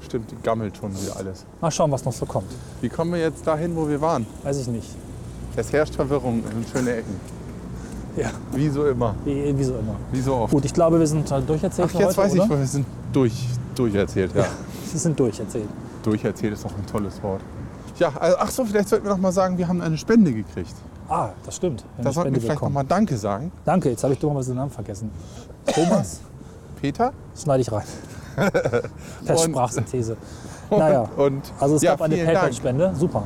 Speaker 2: Stimmt, die gammelt schon wieder alles.
Speaker 3: Mal schauen, was noch so kommt.
Speaker 2: Wie kommen wir jetzt dahin, wo wir waren?
Speaker 3: Weiß ich nicht.
Speaker 2: Es herrscht Verwirrung in schöne Ecken.
Speaker 3: Ja,
Speaker 2: Wie so immer.
Speaker 3: wie, wie so immer.
Speaker 2: Wie so oft.
Speaker 3: Gut, ich glaube, wir sind halt durcherzählt
Speaker 2: Ach,
Speaker 3: für
Speaker 2: jetzt
Speaker 3: heute,
Speaker 2: weiß ich,
Speaker 3: oder?
Speaker 2: wir sind durch, durcherzählt. Ja.
Speaker 3: Wir sind durcherzählt.
Speaker 2: Durcherzählt ist auch ein tolles Wort. Ja, also, ach so, vielleicht sollten wir noch mal sagen, wir haben eine Spende gekriegt.
Speaker 3: Ah, das stimmt. Wenn
Speaker 2: Da
Speaker 3: die
Speaker 2: sollten
Speaker 3: Spende
Speaker 2: wir vielleicht noch
Speaker 3: willkommen.
Speaker 2: mal Danke sagen.
Speaker 3: Danke, jetzt habe ich dummerweise den Namen vergessen. Thomas,
Speaker 2: Peter
Speaker 3: das schneide ich rein. Per
Speaker 2: Und-
Speaker 3: Sprachsynthese.
Speaker 2: und,
Speaker 3: Naja.
Speaker 2: und
Speaker 3: Also es
Speaker 2: ja,
Speaker 3: gab eine
Speaker 2: vielen Dank.
Speaker 3: PayPal-Spende, super.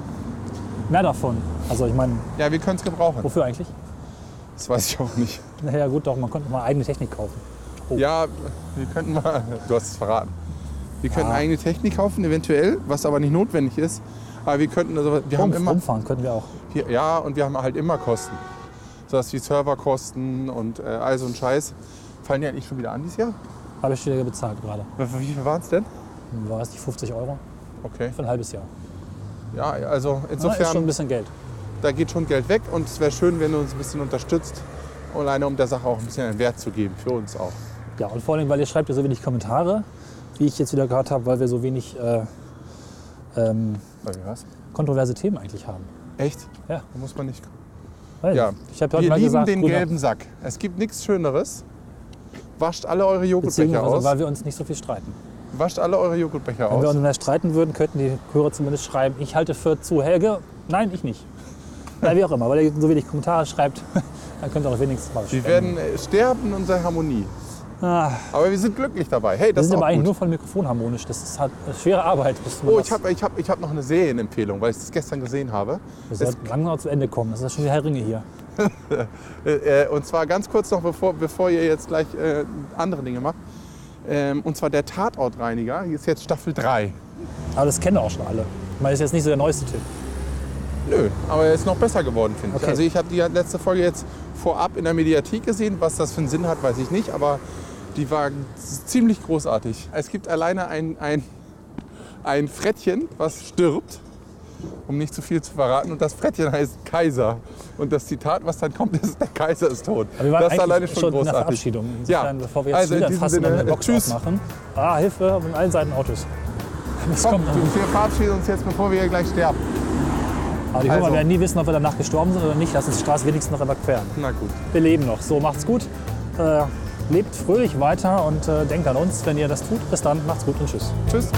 Speaker 3: Mehr davon. Also ich meine,
Speaker 2: Ja, wir können es gebrauchen.
Speaker 3: wofür eigentlich?
Speaker 2: Das weiß ich auch nicht.
Speaker 3: Naja gut, doch, man konnte mal eigene Technik kaufen. Oh.
Speaker 2: Ja, wir könnten mal. Du hast es verraten. Wir könnten
Speaker 3: Ah.
Speaker 2: eigene Technik kaufen, eventuell, was aber nicht notwendig ist. Aber wir könnten, also wir haben
Speaker 3: Rumpf,
Speaker 2: immer,
Speaker 3: rumfahren könnten wir auch.
Speaker 2: wir, ja, und wir haben halt immer Kosten. So dass die Serverkosten und äh, all so ein Scheiß fallen ja nicht schon wieder an dieses Jahr.
Speaker 3: Habe ich wieder bezahlt gerade.
Speaker 2: Wie viel waren es denn?
Speaker 3: War es nicht 50 Euro
Speaker 2: Okay.
Speaker 3: für ein halbes Jahr?
Speaker 2: Ja, also
Speaker 3: Na, Ah, ist schon ein
Speaker 2: insofern,
Speaker 3: bisschen Geld.
Speaker 2: da geht schon Geld weg und es wäre schön, wenn du uns ein bisschen unterstützt. Alleine um der Sache auch ein bisschen einen Wert zu geben, für uns auch.
Speaker 3: Ja, und vor allem, weil ihr schreibt ja so wenig Kommentare, wie ich jetzt wieder gehört habe, weil wir so wenig äh, ähm,
Speaker 2: Weil wir was?
Speaker 3: kontroverse Themen eigentlich haben.
Speaker 2: Echt?
Speaker 3: Ja.
Speaker 2: Da muss man nicht.
Speaker 3: Weiß
Speaker 2: Ja.
Speaker 3: nicht. Ich habe heute
Speaker 2: Wir
Speaker 3: mal
Speaker 2: lieben
Speaker 3: gesagt,
Speaker 2: den
Speaker 3: grüner-
Speaker 2: gelben Sack. Es gibt nichts Schöneres. Wascht alle eure Joghurtbecher
Speaker 3: beziehungsweise
Speaker 2: aus.
Speaker 3: weil wir uns nicht so viel streiten.
Speaker 2: Wascht alle eure Joghurtbecher
Speaker 3: Wenn wir
Speaker 2: aus.
Speaker 3: uns mehr streiten würden, könnten die Hörer zumindest schreiben, ich halte für zu Helge. Nein, ich nicht. Na, wie auch immer, weil ihr so wenig Kommentare schreibt, dann könnt ihr auch wenigstens mal
Speaker 2: Wir
Speaker 3: spenden.
Speaker 2: werden äh, sterben in unserer Harmonie.
Speaker 3: Ah.
Speaker 2: Aber wir sind glücklich dabei. Hey,
Speaker 3: Wir
Speaker 2: das
Speaker 3: sind
Speaker 2: ist
Speaker 3: aber
Speaker 2: auch
Speaker 3: eigentlich
Speaker 2: gut.
Speaker 3: nur von Mikrofon harmonisch. Das ist halt eine schwere Arbeit. Bis man
Speaker 2: Oh,
Speaker 3: das-
Speaker 2: ich habe ich hab, ich hab noch eine Serienempfehlung, weil ich das gestern gesehen habe.
Speaker 3: Wir
Speaker 2: Es-
Speaker 3: sollten langsam zu Ende kommen. Das ist ja schon die Herr Ringe hier.
Speaker 2: Äh, äh, und zwar ganz kurz noch, bevor, bevor ihr jetzt gleich äh, andere Dinge macht. Ähm, und zwar der Tatortreiniger hier ist jetzt Staffel 3.
Speaker 3: Aber das kennen auch schon alle. Ich meine, das ist jetzt nicht so der neueste Tipp.
Speaker 2: Nö, aber er ist noch besser geworden, finde ich.
Speaker 3: Okay.
Speaker 2: Also ich habe die letzte Folge jetzt vorab in der Mediathek gesehen. Was das für einen Sinn hat, weiß ich nicht. Aber Die war ziemlich großartig. Es gibt alleine ein, ein, ein Frettchen, was stirbt, um nicht zu viel zu verraten. Und das Frettchen heißt Kaiser. Und das Zitat, was dann kommt, ist, der Kaiser ist tot.
Speaker 3: Aber wir waren
Speaker 2: das ist
Speaker 3: eigentlich
Speaker 2: alleine schon,
Speaker 3: schon in der
Speaker 2: großartig.
Speaker 3: Verabschiedung.
Speaker 2: Ja,
Speaker 3: Insofern, Bevor wir jetzt
Speaker 2: also in
Speaker 3: wieder
Speaker 2: diesem
Speaker 3: fassen und
Speaker 2: Sinne,
Speaker 3: eine Box
Speaker 2: tschüss.
Speaker 3: aufmachen. Ah, Hilfe, von allen Seiten Autos. Das
Speaker 2: Komm,
Speaker 3: kommt noch.
Speaker 2: wir verabschieden uns jetzt, bevor wir hier gleich sterben.
Speaker 3: Aber die Hörer
Speaker 2: also.
Speaker 3: werden nie wissen, ob wir danach gestorben sind oder nicht. Lass uns die Straße wenigstens noch überqueren.
Speaker 2: Na gut.
Speaker 3: Wir leben noch. So, macht's gut. Äh, lebt fröhlich weiter und äh, denkt an uns, wenn ihr das tut. Bis dann, macht's gut und tschüss.
Speaker 2: Tschüss.